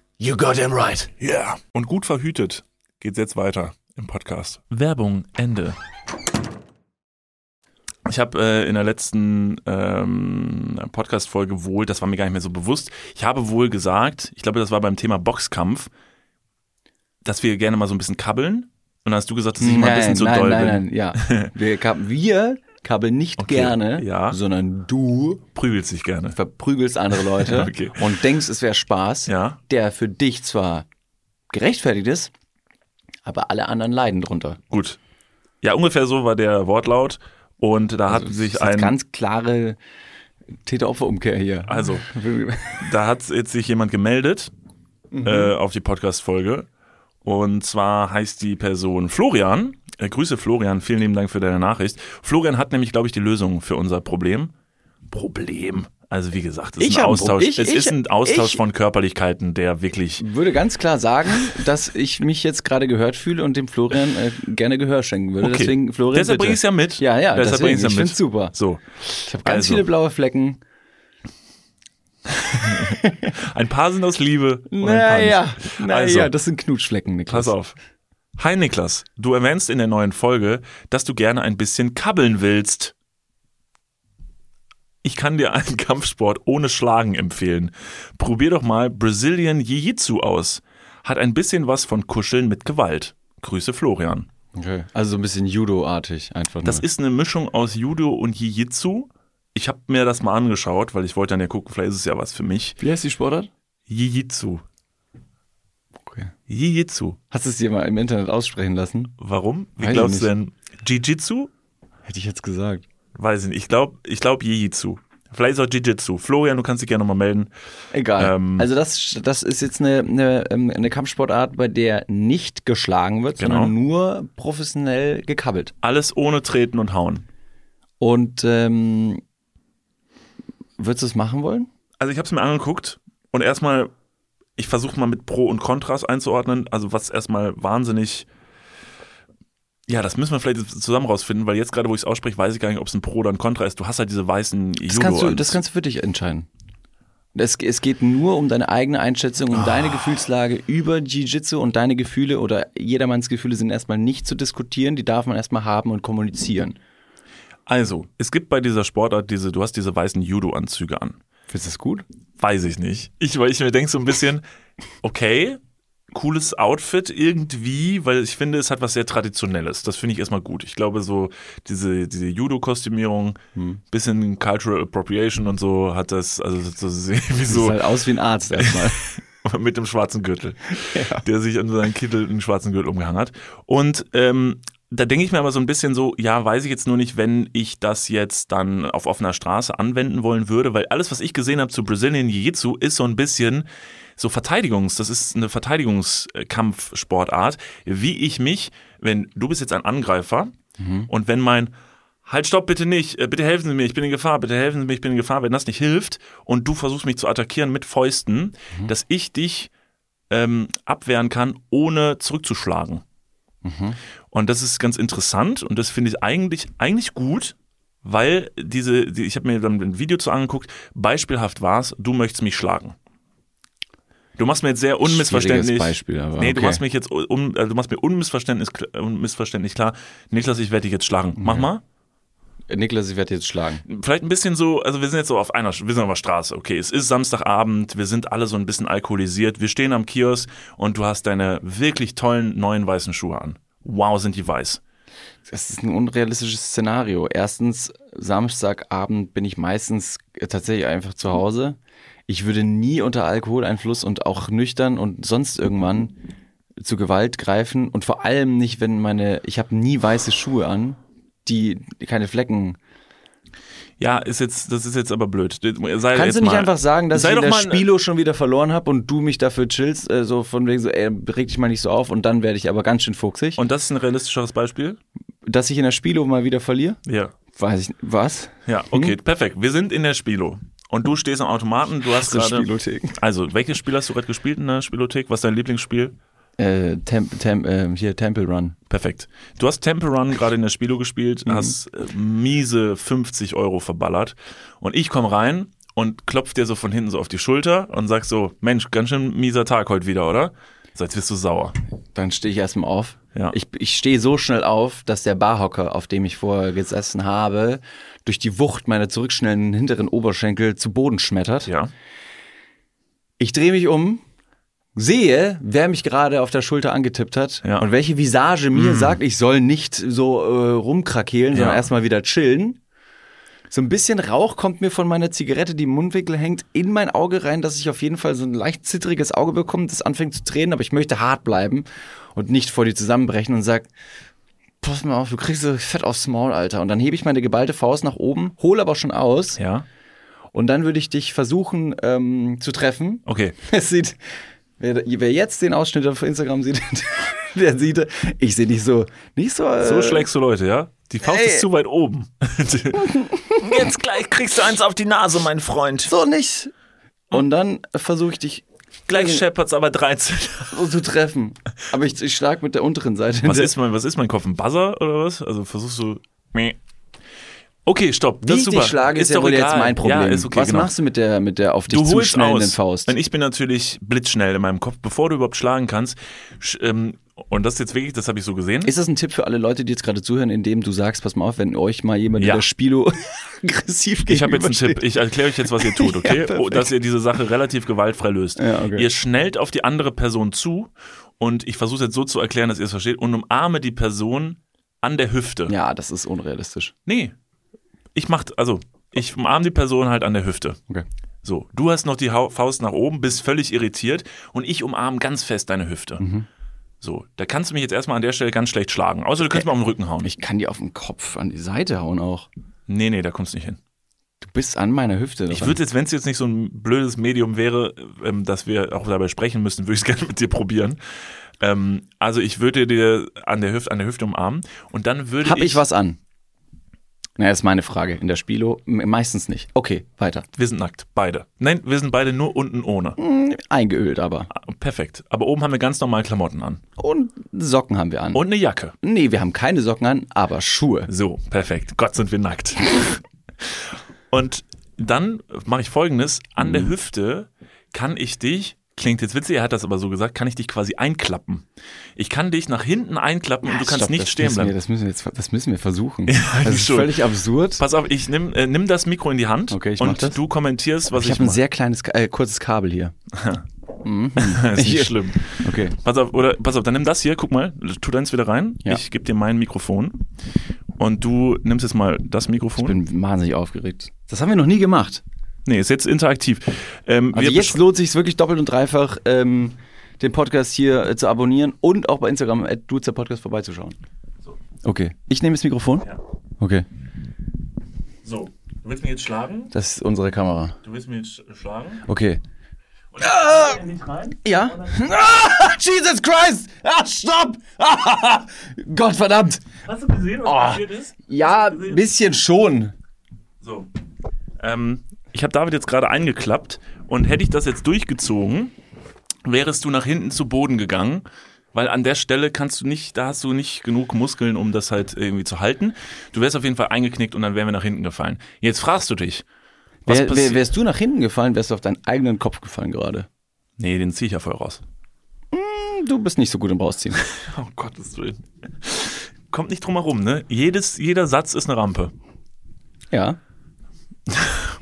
Speaker 2: you got him right.
Speaker 1: Ja. Yeah. Und gut verhütet geht's jetzt weiter im Podcast. Werbung Ende. Ich habe äh, in der letzten ähm, Podcast-Folge wohl, das war mir gar nicht mehr so bewusst, ich habe wohl gesagt, ich glaube, das war beim Thema Boxkampf, dass wir gerne mal so ein bisschen kabbeln. Und dann hast du gesagt, dass ich immer ein bisschen zu
Speaker 2: nein,
Speaker 1: doll
Speaker 2: nein,
Speaker 1: bin. <laughs>
Speaker 2: Nein, ja. Wir, kab wir kabbeln nicht
Speaker 1: Okay,
Speaker 2: gerne,
Speaker 1: ja.
Speaker 2: sondern du
Speaker 1: Prügelt sich gerne.
Speaker 2: verprügelst andere Leute
Speaker 1: <laughs> Okay.
Speaker 2: und denkst, es wäre Spaß,
Speaker 1: Ja.
Speaker 2: der für dich zwar gerechtfertigt ist, aber alle anderen leiden drunter.
Speaker 1: Gut. Ja, ungefähr so war der Wortlaut. Und da hat
Speaker 2: Also, das
Speaker 1: sich
Speaker 2: ist jetzt
Speaker 1: ein.
Speaker 2: ganz klare Täter-Opfer-Umkehr hier.
Speaker 1: Also, da hat jetzt sich jemand gemeldet
Speaker 2: Mhm.
Speaker 1: äh, auf die Podcast-Folge. Und zwar heißt die Person Florian. Äh, Grüße Florian, vielen lieben Dank für deine Nachricht. Florian hat nämlich, glaube ich, die Lösung für unser Problem. Problem. Also wie gesagt, es ist
Speaker 2: Ich
Speaker 1: ein
Speaker 2: hab ein
Speaker 1: Austausch,
Speaker 2: Pro- ich-
Speaker 1: es
Speaker 2: ich-
Speaker 1: ist ein Austausch
Speaker 2: ich-
Speaker 1: von Körperlichkeiten, der wirklich.
Speaker 2: <laughs> würde ganz klar sagen, dass ich mich jetzt gerade gehört fühle und dem Florian äh, gerne Gehör schenken würde.
Speaker 1: Okay.
Speaker 2: Deswegen, Florian,
Speaker 1: Deshalb
Speaker 2: bitte.
Speaker 1: bring ich's ja mit.
Speaker 2: Ja, ja,
Speaker 1: Deshalb
Speaker 2: deswegen,
Speaker 1: bring ich's ja
Speaker 2: ich
Speaker 1: mit.
Speaker 2: find's super.
Speaker 1: So,
Speaker 2: Ich habe ganz
Speaker 1: Also.
Speaker 2: viele blaue Flecken.
Speaker 1: ein paar sind aus Liebe. und ein paar nicht.
Speaker 2: Naja, naja,
Speaker 1: Also.
Speaker 2: das sind Knutschflecken, Niklas.
Speaker 1: Pass auf. Hi Niklas, du erwähnst in der neuen Folge, dass du gerne ein bisschen kabbeln willst. Ich kann dir einen <laughs> Kampfsport ohne Schlagen empfehlen. Probier doch mal Brazilian Jiu-Jitsu aus. Hat ein bisschen was von Kuscheln mit Gewalt. Grüße Florian.
Speaker 2: Okay. Also so ein bisschen Judo-artig einfach.
Speaker 1: Das
Speaker 2: nur.
Speaker 1: ist eine Mischung aus Judo und Jiu-Jitsu. Ich habe mir das mal angeschaut, weil ich wollte dann ja gucken, vielleicht ist es ja was für mich.
Speaker 2: Wie heißt die Sportart?
Speaker 1: Jiu-Jitsu.
Speaker 2: Okay.
Speaker 1: Jiu-Jitsu.
Speaker 2: Hast du es dir mal im Internet aussprechen lassen?
Speaker 1: Warum? Wie
Speaker 2: Weiß ich
Speaker 1: glaubst du denn? Jiu-Jitsu
Speaker 2: Hätte ich jetzt gesagt.
Speaker 1: Weiß ich nicht. Ich glaube, ich glaube Jiu-Jitsu. Vielleicht ist auch Jiu-Jitsu. Florian, du kannst dich gerne nochmal melden.
Speaker 2: Egal.
Speaker 1: Ähm.
Speaker 2: also das, das ist jetzt eine, eine, ähm, eine Kampfsportart, bei der nicht geschlagen wird,
Speaker 1: Genau.
Speaker 2: sondern nur professionell gekabbelt.
Speaker 1: Alles ohne Treten und Hauen.
Speaker 2: Und ähm, würdest du es machen wollen?
Speaker 1: Also ich habe es mir angeguckt und erstmal, ich versuche mal mit Pro und Kontras einzuordnen. Also was erstmal wahnsinnig, ja, das müssen wir vielleicht jetzt zusammen rausfinden, weil jetzt gerade, wo ich es ausspreche, weiß ich gar nicht, ob es ein Pro oder ein Kontra ist. Du hast halt diese weißen
Speaker 2: Das kannst, du,
Speaker 1: Judo-
Speaker 2: das kannst du für dich entscheiden. Es, es geht nur um deine eigene Einschätzung, um deine
Speaker 1: Ah.
Speaker 2: Gefühlslage über Jiu-Jitsu und deine Gefühle oder jedermanns Gefühle sind erstmal nicht zu diskutieren, die darf man erstmal haben und kommunizieren.
Speaker 1: also, es gibt bei dieser Sportart diese, du hast diese weißen Judo-Anzüge an.
Speaker 2: Findest du das gut?
Speaker 1: Weiß ich nicht. Ich, weil ich mir denke so ein bisschen, okay, cooles Outfit irgendwie, weil ich finde, es hat was sehr Traditionelles. Das finde ich erstmal gut. Ich glaube, so diese, diese Judo-Kostümierung, bisschen Cultural Appropriation und so <laughs> hat das, also das ist irgendwie
Speaker 2: Sieht
Speaker 1: so
Speaker 2: halt aus wie ein Arzt erstmal.
Speaker 1: mit dem schwarzen Gürtel, <laughs> der sich an seinen Kittel einen schwarzen Gürtel umgehangen hat. Und ähm, da denke ich mir aber so ein bisschen so, ja, weiß ich jetzt nur nicht, wenn ich das jetzt dann auf offener Straße anwenden wollen würde, weil alles, was ich gesehen habe zu Brazilian Jiu-Jitsu, ist so ein bisschen so Verteidigungs, das ist eine Verteidigungskampfsportart, wie ich mich, wenn du bist jetzt ein Angreifer und wenn mein Halt, stopp, bitte nicht. äh, Bitte helfen Sie mir, ich bin in Gefahr. Bitte helfen Sie mir, ich bin in Gefahr. Wenn das nicht hilft und du versuchst mich zu attackieren mit Fäusten, dass ich dich ähm, abwehren kann, ohne zurückzuschlagen.
Speaker 2: Mhm.
Speaker 1: Und das ist ganz interessant und das finde ich eigentlich, eigentlich gut, weil diese, die, ich habe mir dann ein Video zu angeguckt, beispielhaft war es, du möchtest mich schlagen. Du machst mir jetzt sehr <laughs> unmissverständlich.
Speaker 2: Schwieriges Beispiel, aber
Speaker 1: nee, du
Speaker 2: okay.
Speaker 1: machst mich jetzt un, also du machst mir unmissverständlich, unmissverständlich klar. Niklas, ich werde dich jetzt schlagen. Mach mal.
Speaker 2: Niklas, ich werde jetzt schlagen.
Speaker 1: Vielleicht ein bisschen so, also wir sind jetzt so auf einer, wir sind auf der Straße, okay, es ist Samstagabend, wir sind alle so ein bisschen alkoholisiert, wir stehen am Kiosk und du hast deine wirklich tollen neuen weißen Schuhe an. Wow, sind die weiß.
Speaker 2: Das ist ein unrealistisches Szenario. Erstens, Samstagabend bin ich meistens äh, tatsächlich einfach zu Hause. Ich würde nie unter Alkoholeinfluss und auch nüchtern und sonst irgendwann zu Gewalt greifen und vor allem nicht, wenn meine, ich habe nie weiße Schuhe an, die keine Flecken.
Speaker 1: Ja, ist jetzt, das ist jetzt aber blöd. Sei
Speaker 2: Kannst
Speaker 1: jetzt
Speaker 2: du nicht
Speaker 1: mal,
Speaker 2: einfach sagen, dass
Speaker 1: sei
Speaker 2: ich in
Speaker 1: doch
Speaker 2: der
Speaker 1: mal,
Speaker 2: Spielo schon wieder verloren habe und du mich dafür chillst, äh, so von wegen so, ey, reg dich mal nicht so auf und dann werde ich aber ganz schön fuchsig.
Speaker 1: Und das ist ein realistischeres Beispiel?
Speaker 2: dass ich in der Spielo mal wieder verliere?
Speaker 1: Ja.
Speaker 2: Weiß ich was?
Speaker 1: Ja, okay, perfekt. Wir sind in der Spielo. Und du stehst am Automaten, du hast
Speaker 2: Zur
Speaker 1: gerade.
Speaker 2: Spielothek.
Speaker 1: Also, welches Spiel hast du gerade gespielt in der Spielothek? Was ist dein Lieblingsspiel?
Speaker 2: Äh, Temp, Temp, ähm, hier Temple Run.
Speaker 1: Perfekt. Du hast Temple Run gerade in der Spielo gespielt, hast äh, miese 50 Euro verballert. Und ich komme rein und klopf dir so von hinten so auf die Schulter und sag so: Mensch, ganz schön mieser Tag heute wieder, oder? So, jetzt wirst du sauer.
Speaker 2: Dann stehe ich erstmal auf.
Speaker 1: Ja.
Speaker 2: Ich, ich stehe so schnell auf, dass der Barhocker, auf dem ich vorher gesessen habe, durch die Wucht meiner zurückschnellen hinteren Oberschenkel zu Boden schmettert.
Speaker 1: Ja.
Speaker 2: Ich drehe mich um, sehe, wer mich gerade auf der Schulter angetippt hat
Speaker 1: Ja. Hm.
Speaker 2: und welche Visage mir sagt, ich soll nicht so äh, rumkrakehlen, sondern
Speaker 1: Ja.
Speaker 2: erstmal wieder chillen. So ein bisschen Rauch kommt mir von meiner Zigarette, die im Mundwinkel hängt, in mein Auge rein, dass ich auf jeden Fall so ein leicht zittriges Auge bekomme, das anfängt zu tränen, aber ich möchte hart bleiben und nicht vor dir zusammenbrechen und sag, pass mal auf, du kriegst so fett aufs Maul, Alter. Und dann hebe ich meine geballte Faust nach oben, hole aber schon aus
Speaker 1: Ja.
Speaker 2: und dann würde ich dich versuchen ähm, zu treffen.
Speaker 1: Okay.
Speaker 2: <laughs> Es sieht, wer, wer jetzt den Ausschnitt auf Instagram sieht, <laughs> der sieht, ich sehe dich so, nicht so. Äh,
Speaker 1: So schlägst du Leute, ja? Die Faust
Speaker 2: ey.
Speaker 1: ist zu weit oben. <laughs> Jetzt gleich kriegst du eins auf die Nase, mein Freund.
Speaker 2: So nicht. Und dann versuche ich dich
Speaker 1: Gleich scheppert's aber 13.
Speaker 2: so zu treffen. Aber ich, ich schlag mit der unteren Seite.
Speaker 1: Was ist mein, was ist mein Kopf? Ein Buzzer oder was? Also versuchst du. Meh. Okay, stopp.
Speaker 2: Wie
Speaker 1: Das
Speaker 2: ich
Speaker 1: ist super.
Speaker 2: dich schlage, ist,
Speaker 1: ist
Speaker 2: ja
Speaker 1: doch
Speaker 2: wohl
Speaker 1: egal.
Speaker 2: jetzt mein Problem.
Speaker 1: Ja, ist okay,
Speaker 2: Was
Speaker 1: genau.
Speaker 2: machst du mit der, mit der auf dich
Speaker 1: Du
Speaker 2: zu
Speaker 1: holst
Speaker 2: schnellenden
Speaker 1: aus.
Speaker 2: Faust?
Speaker 1: Und ich bin natürlich blitzschnell in meinem Kopf, bevor du überhaupt schlagen kannst. sch- ähm, Und das ist jetzt wirklich, das habe ich so gesehen.
Speaker 2: Ist das ein Tipp für alle Leute, die jetzt gerade zuhören, indem du sagst, pass mal auf, wenn euch mal jemand
Speaker 1: Ja.
Speaker 2: in der Spielo <laughs> aggressiv
Speaker 1: Ich
Speaker 2: <laughs>
Speaker 1: habe jetzt einen
Speaker 2: gegenübersteht?
Speaker 1: Tipp. Ich erkläre euch jetzt, was
Speaker 2: <laughs>
Speaker 1: ihr tut, okay?
Speaker 2: perfekt.
Speaker 1: Oh, Dass ihr diese Sache relativ gewaltfrei löst.
Speaker 2: Ja, okay.
Speaker 1: Ihr schnellt auf die andere Person zu und ich versuche es jetzt so zu erklären, dass ihr es versteht und umarme die Person an der Hüfte.
Speaker 2: Ja, das ist unrealistisch.
Speaker 1: Nee. Ich mach, also, ich umarme die Person halt an der Hüfte.
Speaker 2: Okay.
Speaker 1: So, du hast noch die Hau- Faust nach oben, bist völlig irritiert und ich umarme ganz fest deine Hüfte.
Speaker 2: Mhm.
Speaker 1: So, da kannst du mich jetzt erstmal an der Stelle ganz schlecht schlagen. Außer du kannst mir auf den Rücken hauen.
Speaker 2: Ich kann dir auf den Kopf an die Seite hauen auch.
Speaker 1: nee, nee, da kommst du nicht hin.
Speaker 2: Du bist an meiner Hüfte.
Speaker 1: Ich
Speaker 2: dran.
Speaker 1: würde jetzt, wenn es jetzt nicht so ein blödes Medium wäre, ähm, dass wir auch dabei sprechen müssen, würde ich es <laughs> gerne mit dir probieren. Ähm, also ich würde dir an der Hüfte, an der Hüfte umarmen und dann würde
Speaker 2: Hab ich, was an? Naja, ist meine Frage. In der Spilo m- meistens nicht. Okay, weiter.
Speaker 1: Wir sind nackt, beide. Nein, wir sind beide nur unten ohne.
Speaker 2: Hm. Eingeölt aber.
Speaker 1: Ah, Perfekt. Aber oben haben wir ganz normal Klamotten an
Speaker 2: Und Socken haben wir an.
Speaker 1: und eine Jacke.
Speaker 2: nee, wir haben keine Socken an, aber Schuhe.
Speaker 1: So, perfekt. Gott, sind wir
Speaker 2: <laughs>
Speaker 1: nackt. Und dann mache ich folgendes. An
Speaker 2: Mhm.
Speaker 1: der Hüfte kann ich dich, klingt jetzt witzig, er hat das aber so gesagt, kann ich dich quasi einklappen. Ich kann dich nach hinten einklappen und du kannst
Speaker 2: Stopp,
Speaker 1: nicht
Speaker 2: das
Speaker 1: stehen
Speaker 2: müssen
Speaker 1: bleiben.
Speaker 2: Wir, das, müssen wir jetzt, das müssen
Speaker 1: <laughs>
Speaker 2: wir versuchen. das
Speaker 1: eigentlich
Speaker 2: ist
Speaker 1: schon.
Speaker 2: völlig absurd.
Speaker 1: Pass auf, ich nimm, äh, nimm das Mikro in die Hand
Speaker 2: Okay, ich mach
Speaker 1: und
Speaker 2: das.
Speaker 1: du kommentierst, was
Speaker 2: ich
Speaker 1: ich,
Speaker 2: habe ein
Speaker 1: mache.
Speaker 2: sehr kleines, Ka- äh, kurzes Kabel hier.
Speaker 1: Das <laughs> ist nicht schlimm.
Speaker 2: Okay.
Speaker 1: Pass auf, oder, pass auf, dann nimm das hier, guck mal, tu deins wieder rein.
Speaker 2: Ja.
Speaker 1: Ich gebe dir mein Mikrofon. Und du nimmst jetzt mal das
Speaker 2: Ich
Speaker 1: Mikrofon.
Speaker 2: bin wahnsinnig aufgeregt. Das haben wir noch nie gemacht.
Speaker 1: Nee, ist jetzt interaktiv. Ähm,
Speaker 2: Also
Speaker 1: wir
Speaker 2: jetzt lohnt sich wirklich doppelt und dreifach, ähm, den Podcast hier äh, zu abonnieren und auch bei Instagram at Podcast vorbeizuschauen. Okay. Ich nehme das Mikrofon.
Speaker 1: Ja.
Speaker 2: Okay.
Speaker 1: So, du willst mich jetzt schlagen?
Speaker 2: Das ist unsere Kamera.
Speaker 1: Du willst mich jetzt schlagen?
Speaker 2: Okay.
Speaker 1: Und ah! nicht rein?
Speaker 2: Ja. Ah, Jesus Christ! Ah, stopp! <laughs> Ah, Gott verdammt!
Speaker 1: Hast du gesehen, was
Speaker 2: Oh.
Speaker 1: passiert ist?
Speaker 2: Ja, ein bisschen schon.
Speaker 1: So. Ähm, ich habe David jetzt gerade eingeklappt und hätte ich das jetzt durchgezogen, wärest du nach hinten zu Boden gegangen, weil an der Stelle kannst du nicht, da hast du nicht genug Muskeln, um das halt irgendwie zu halten. Du wärst auf jeden Fall eingeknickt und dann wären wir nach hinten gefallen. Jetzt fragst du dich, was
Speaker 2: Wär, wär,
Speaker 1: passiert?
Speaker 2: wärst du nach hinten gefallen, wärst du auf deinen eigenen Kopf gefallen gerade.
Speaker 1: Nee, den ziehe ich ja voll raus.
Speaker 2: Du bist nicht so gut im Rausziehen.
Speaker 1: <laughs> Oh Gottes Willen. Kommt nicht drum herum, ne? Jedes, jeder Satz ist eine Rampe.
Speaker 2: ja.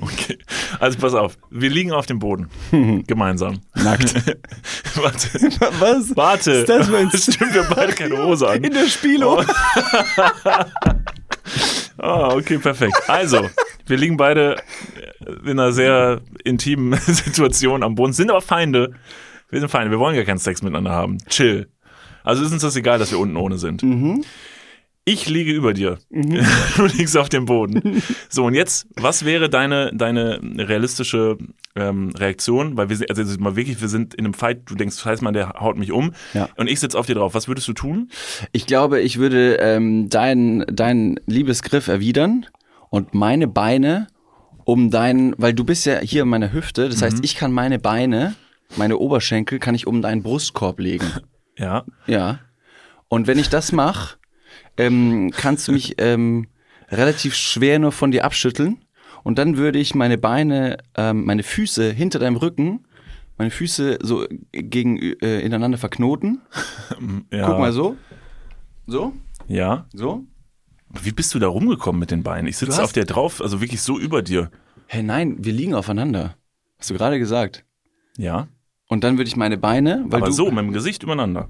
Speaker 1: Okay. Also pass auf, wir liegen auf dem Boden. Gemeinsam. <laughs>
Speaker 2: Nackt.
Speaker 1: Warte.
Speaker 2: <laughs> Was?
Speaker 1: Warte.
Speaker 2: Ist das <laughs> mein Stil?
Speaker 1: <laughs> Stimmt, wir haben beide keine Hose an.
Speaker 2: In der Spielo.
Speaker 1: Ah, okay, perfekt. Also, wir liegen beide in einer sehr intimen <laughs> Situation am Boden, sind aber Feinde. Wir sind Feinde, wir wollen gar keinen Sex miteinander haben. Chill. Also ist uns das egal, dass wir unten ohne sind.
Speaker 2: Mhm.
Speaker 1: Ich liege über dir. <laughs> Du liegst auf dem Boden. So, und jetzt, was wäre deine, deine realistische ähm, Reaktion? Weil wir sind, also mal wirklich, wir sind in einem Fight, du denkst, scheiß mal, der haut mich um.
Speaker 2: Ja.
Speaker 1: Und ich sitze auf dir drauf. Was würdest du tun?
Speaker 2: Ich glaube, ich würde ähm, deinen deinen Liebesgriff erwidern und meine Beine um deinen, weil du bist ja hier in meiner Hüfte, das heißt, ich kann meine Beine, meine Oberschenkel, kann ich um deinen Brustkorb legen.
Speaker 1: Ja.
Speaker 2: Ja. Und wenn ich das mache, ähm, kannst du mich ähm, relativ schwer nur von dir abschütteln. Und dann würde ich meine Beine, ähm, meine Füße hinter deinem Rücken, meine Füße so gegen, äh, ineinander verknoten.
Speaker 1: ja.
Speaker 2: Guck mal so. So,
Speaker 1: Ja.
Speaker 2: so.
Speaker 1: Wie bist du da rumgekommen mit den Beinen? Ich
Speaker 2: Du
Speaker 1: sitze
Speaker 2: hast-
Speaker 1: auf dir drauf, also wirklich so über dir.
Speaker 2: Hey, nein, wir liegen aufeinander. Hast du gerade gesagt.
Speaker 1: Ja.
Speaker 2: Und dann würde ich meine Beine, weil
Speaker 1: aber
Speaker 2: du.
Speaker 1: so, mit dem Gesicht übereinander.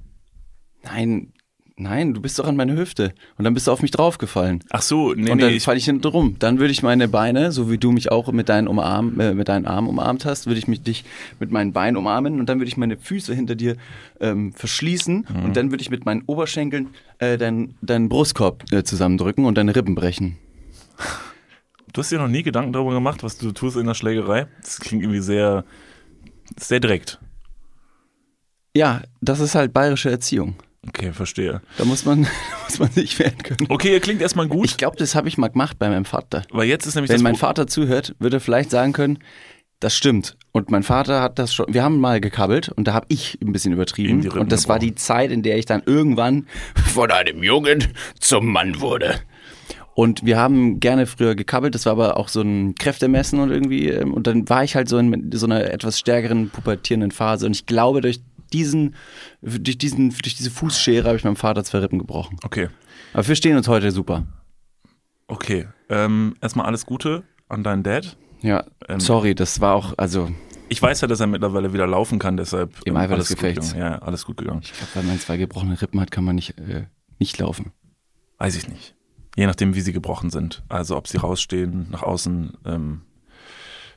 Speaker 2: Nein, nein, du bist doch an meine Hüfte. Und dann bist du auf mich draufgefallen.
Speaker 1: Ach so, nee,
Speaker 2: und
Speaker 1: nee.
Speaker 2: dann
Speaker 1: Ich,
Speaker 2: falle ich hinten rum. Dann würde ich meine Beine, so wie du mich auch mit deinen, Umarm, äh, mit deinen Armen umarmt hast, würde ich mich dich mit meinen Beinen umarmen und dann würde ich meine Füße hinter dir ähm, verschließen
Speaker 1: Mhm.
Speaker 2: und dann würde ich mit meinen Oberschenkeln äh, deinen, deinen Brustkorb äh, zusammendrücken und deine Rippen brechen.
Speaker 1: du hast dir noch nie Gedanken darüber gemacht, was du tust in der Schlägerei? Das klingt irgendwie sehr, sehr direkt.
Speaker 2: Ja, das ist halt bayerische Erziehung.
Speaker 1: Okay, verstehe.
Speaker 2: Da muss man, <laughs> muss man sich wehren können.
Speaker 1: Okay, ihr klingt erstmal gut,
Speaker 2: Ich glaube, das habe ich mal gemacht bei meinem Vater.
Speaker 1: weil jetzt ist nämlich
Speaker 2: Wenn
Speaker 1: das
Speaker 2: mein
Speaker 1: Pro-
Speaker 2: Vater zuhört, wird er vielleicht sagen können, das stimmt. Und mein Vater hat das schon, wir haben mal gekabbelt und da habe ich ein bisschen
Speaker 1: Ihm
Speaker 2: übertrieben.
Speaker 1: die Rippen
Speaker 2: Und das war die Zeit, in der ich dann irgendwann von einem Jungen zum Mann wurde. Und wir haben gerne früher gekabbelt, das war aber auch so ein Kräftemessen und irgendwie. ähm, Und dann war ich halt so in so einer etwas stärkeren, pubertierenden Phase. Und ich glaube, durch diesen, durch diesen, durch diese Fußschere habe ich meinem Vater zwei Rippen gebrochen.
Speaker 1: Okay,
Speaker 2: Aber wir stehen uns heute super.
Speaker 1: okay. Ähm, erstmal alles Gute an deinen Dad.
Speaker 2: Ja,
Speaker 1: Ähm,
Speaker 2: sorry, das war auch, also
Speaker 1: Ich weiß ja, dass er mittlerweile wieder laufen kann, deshalb
Speaker 2: Im
Speaker 1: ähm,
Speaker 2: Eifer
Speaker 1: alles
Speaker 2: des
Speaker 1: gut
Speaker 2: Gefechts.
Speaker 1: gegangen. Ja, ja, alles gut gegangen.
Speaker 2: Ich glaube, wenn man zwei gebrochene Rippen hat, kann man nicht, äh, nicht laufen.
Speaker 1: Weiß ich nicht. Je nachdem, wie sie gebrochen sind. Also ob sie rausstehen, nach außen, ähm,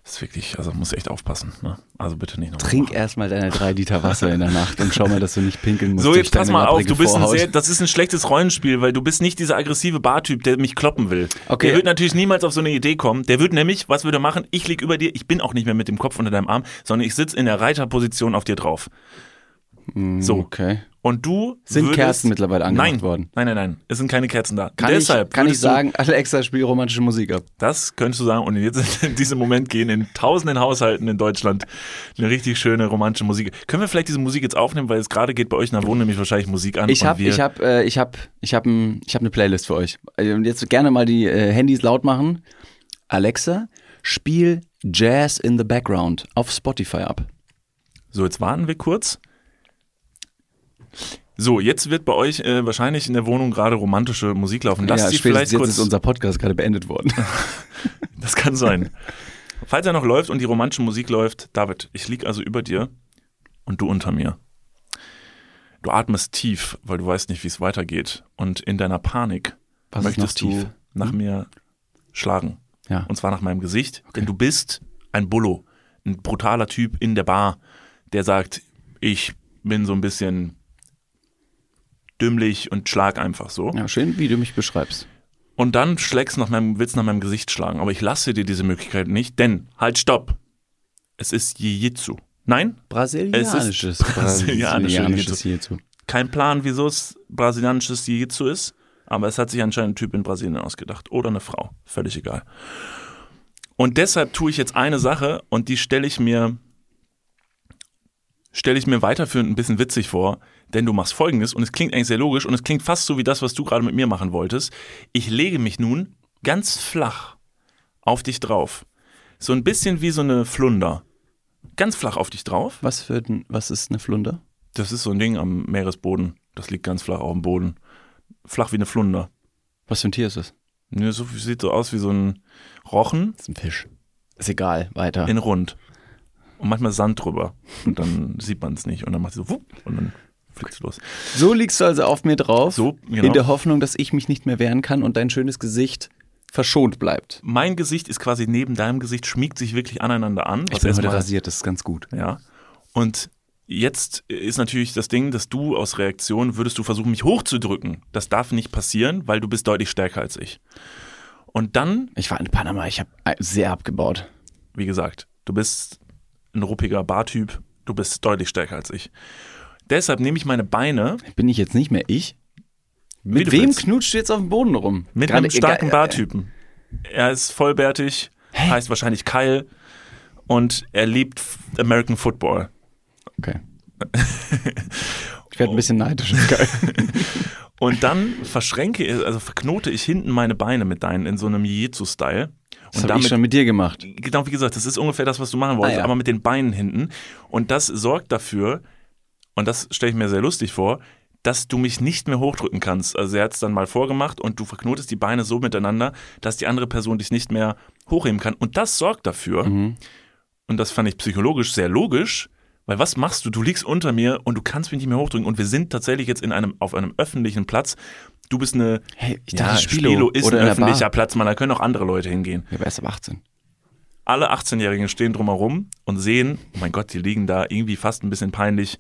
Speaker 1: ist wirklich, also muss echt aufpassen. Ne? Also bitte nicht noch.
Speaker 2: Trink erstmal deine drei Liter Wasser in der Nacht und schau mal, dass du nicht pinkeln musst.
Speaker 1: So,
Speaker 2: durch
Speaker 1: jetzt pass
Speaker 2: deine
Speaker 1: mal auf,
Speaker 2: lapprige
Speaker 1: du bist ein
Speaker 2: Vorhaut.
Speaker 1: sehr, das ist ein schlechtes Rollenspiel, weil du bist nicht dieser aggressive Bartyp, der mich kloppen will.
Speaker 2: Okay.
Speaker 1: Der wird natürlich niemals auf so eine Idee kommen. Der wird nämlich, was würde er machen? Ich lieg über dir, ich bin auch nicht mehr mit dem Kopf unter deinem Arm, sondern ich sitze in der Reiterposition auf dir drauf. So.
Speaker 2: Okay.
Speaker 1: Und du
Speaker 2: Hm. Sind
Speaker 1: würdest,
Speaker 2: Kerzen mittlerweile angemacht
Speaker 1: nein,
Speaker 2: worden?
Speaker 1: Nein, nein, nein. Es sind keine Kerzen da.
Speaker 2: Kann
Speaker 1: Deshalb
Speaker 2: ich, kann ich
Speaker 1: würdest du-
Speaker 2: sagen, Alexa, spiel romantische Musik ab.
Speaker 1: Das könntest du sagen. Und jetzt <laughs> in diesem Moment gehen in tausenden Haushalten in Deutschland eine richtig schöne romantische Musik. Können wir vielleicht diese Musik jetzt aufnehmen, weil es gerade geht bei euch in der Wohnung nämlich wahrscheinlich Musik an.
Speaker 2: Ich
Speaker 1: und
Speaker 2: habe
Speaker 1: wir-
Speaker 2: ich hab, äh, ich hab, ich hab, ein- ich hab eine Playlist für euch. Äh, Und jetzt gerne mal die äh, Handys laut machen. Alexa, spiel Jazz in the Background auf Spotify ab.
Speaker 1: So, jetzt warten wir kurz. So, jetzt wird bei euch äh, wahrscheinlich in der Wohnung gerade romantische Musik laufen. Lasst sie
Speaker 2: spätestens
Speaker 1: vielleicht
Speaker 2: jetzt
Speaker 1: kurz.
Speaker 2: ist unser Podcast gerade beendet worden.
Speaker 1: das <laughs> kann sein. Falls er noch läuft und die romantische Musik läuft, David, ich lieg also über dir und du unter mir. Du atmest tief, weil du weißt nicht, wie es weitergeht. Und in deiner Panik
Speaker 2: Was ist noch
Speaker 1: möchtest du
Speaker 2: tief? Hm?
Speaker 1: nach mir schlagen.
Speaker 2: Ja.
Speaker 1: Und zwar nach meinem Gesicht. Denn du bist ein Bullo, ein brutaler Typ in der Bar, der sagt, ich bin so ein bisschen dümmlich und schlag einfach so.
Speaker 2: Ja, schön, wie du mich beschreibst.
Speaker 1: Und dann schlägst nach meinem, willst nach meinem Gesicht schlagen. Aber ich lasse dir diese Möglichkeit nicht, denn halt, stopp. Es ist Jiu-Jitsu. Nein, Brasilianisches
Speaker 2: Brasilianisches. Brasilianisches hierzu.
Speaker 1: kein Plan, wieso es brasilianisches Jiu-Jitsu ist, aber es hat sich anscheinend ein Typ in Brasilien ausgedacht oder eine Frau, völlig egal. Und deshalb tue ich jetzt eine Sache und die stelle ich mir stelle ich mir weiterführend ein bisschen witzig vor, denn du machst folgendes und es klingt eigentlich sehr logisch und es klingt fast so wie das, was du gerade mit mir machen wolltest. Ich lege mich nun ganz flach auf dich drauf. So ein bisschen wie so eine Flunder. Ganz flach auf dich drauf.
Speaker 2: Was für ein, was ist eine Flunder?
Speaker 1: Das ist so ein Ding am Meeresboden. Das liegt ganz flach auf dem Boden. Flach wie eine Flunder.
Speaker 2: Was für ein Tier ist das?
Speaker 1: Ne, So sieht so aus wie so ein Rochen
Speaker 2: Das ist ein Fisch. Ist egal, weiter.
Speaker 1: in Rund. Und manchmal Sand drüber. Und dann sieht man es nicht. Und dann macht sie so wupp und dann fliegt's los.
Speaker 2: so liegst du also auf mir drauf,
Speaker 1: So, genau.
Speaker 2: in der Hoffnung, dass ich mich nicht mehr wehren kann und dein schönes Gesicht verschont bleibt.
Speaker 1: Mein Gesicht ist quasi neben deinem Gesicht, schmiegt sich wirklich aneinander an. was erstmal-
Speaker 2: rasiert, das ist ganz gut.
Speaker 1: Ja. Und jetzt ist natürlich das Ding, dass du aus Reaktion würdest du versuchen, mich hochzudrücken. Das darf nicht passieren, weil du bist deutlich stärker als ich. Und dann
Speaker 2: Ich war in Panama, ich habe sehr abgebaut.
Speaker 1: wie gesagt, du bist ein ruppiger Bartyp, du bist deutlich stärker als ich. Deshalb nehme ich meine Beine
Speaker 2: Bin ich jetzt nicht mehr ich? Mit
Speaker 1: du
Speaker 2: wem
Speaker 1: willst.
Speaker 2: knutscht du jetzt auf dem Boden rum?
Speaker 1: mit
Speaker 2: Gerade-
Speaker 1: einem starken
Speaker 2: äh,
Speaker 1: Bartypen. Er ist vollbärtig, heißt wahrscheinlich Kyle und er liebt F- American Football. <laughs>
Speaker 2: Okay. ich werde ein bisschen neidisch. Ist geil.
Speaker 1: Und
Speaker 2: <laughs>
Speaker 1: dann verschränke, ich- also verknote ich hinten meine Beine mit deinen in so einem Jiu-Jitsu-Style.
Speaker 2: Das
Speaker 1: Und
Speaker 2: habe ich
Speaker 1: damit
Speaker 2: schon mit dir gemacht.
Speaker 1: genau wie gesagt, das ist ungefähr das, was du machen wolltest,
Speaker 2: Ah, ja.
Speaker 1: aber mit den Beinen hinten. Und das sorgt dafür, und das stelle ich mir sehr lustig vor, dass du mich nicht mehr hochdrücken kannst. Also er hat es dann mal vorgemacht und du verknotest die Beine so miteinander, dass die andere Person dich nicht mehr hochheben kann. Und das sorgt dafür,
Speaker 2: Mhm.
Speaker 1: und das fand ich psychologisch sehr logisch, weil was machst du? Du liegst unter mir und du kannst mich nicht mehr hochdrücken. Und wir sind tatsächlich jetzt in einem, auf einem öffentlichen Platz. Du bist eine.
Speaker 2: Hey, ich
Speaker 1: ja,
Speaker 2: dachte, Spilo,
Speaker 1: ist
Speaker 2: oder
Speaker 1: ein
Speaker 2: in der Bar.
Speaker 1: öffentlicher Platz, man, da können auch andere Leute hingehen
Speaker 2: Ich war erst ab 18.
Speaker 1: alle 18-Jährigen stehen drumherum und sehen, oh mein Gott, die liegen da irgendwie fast ein bisschen peinlich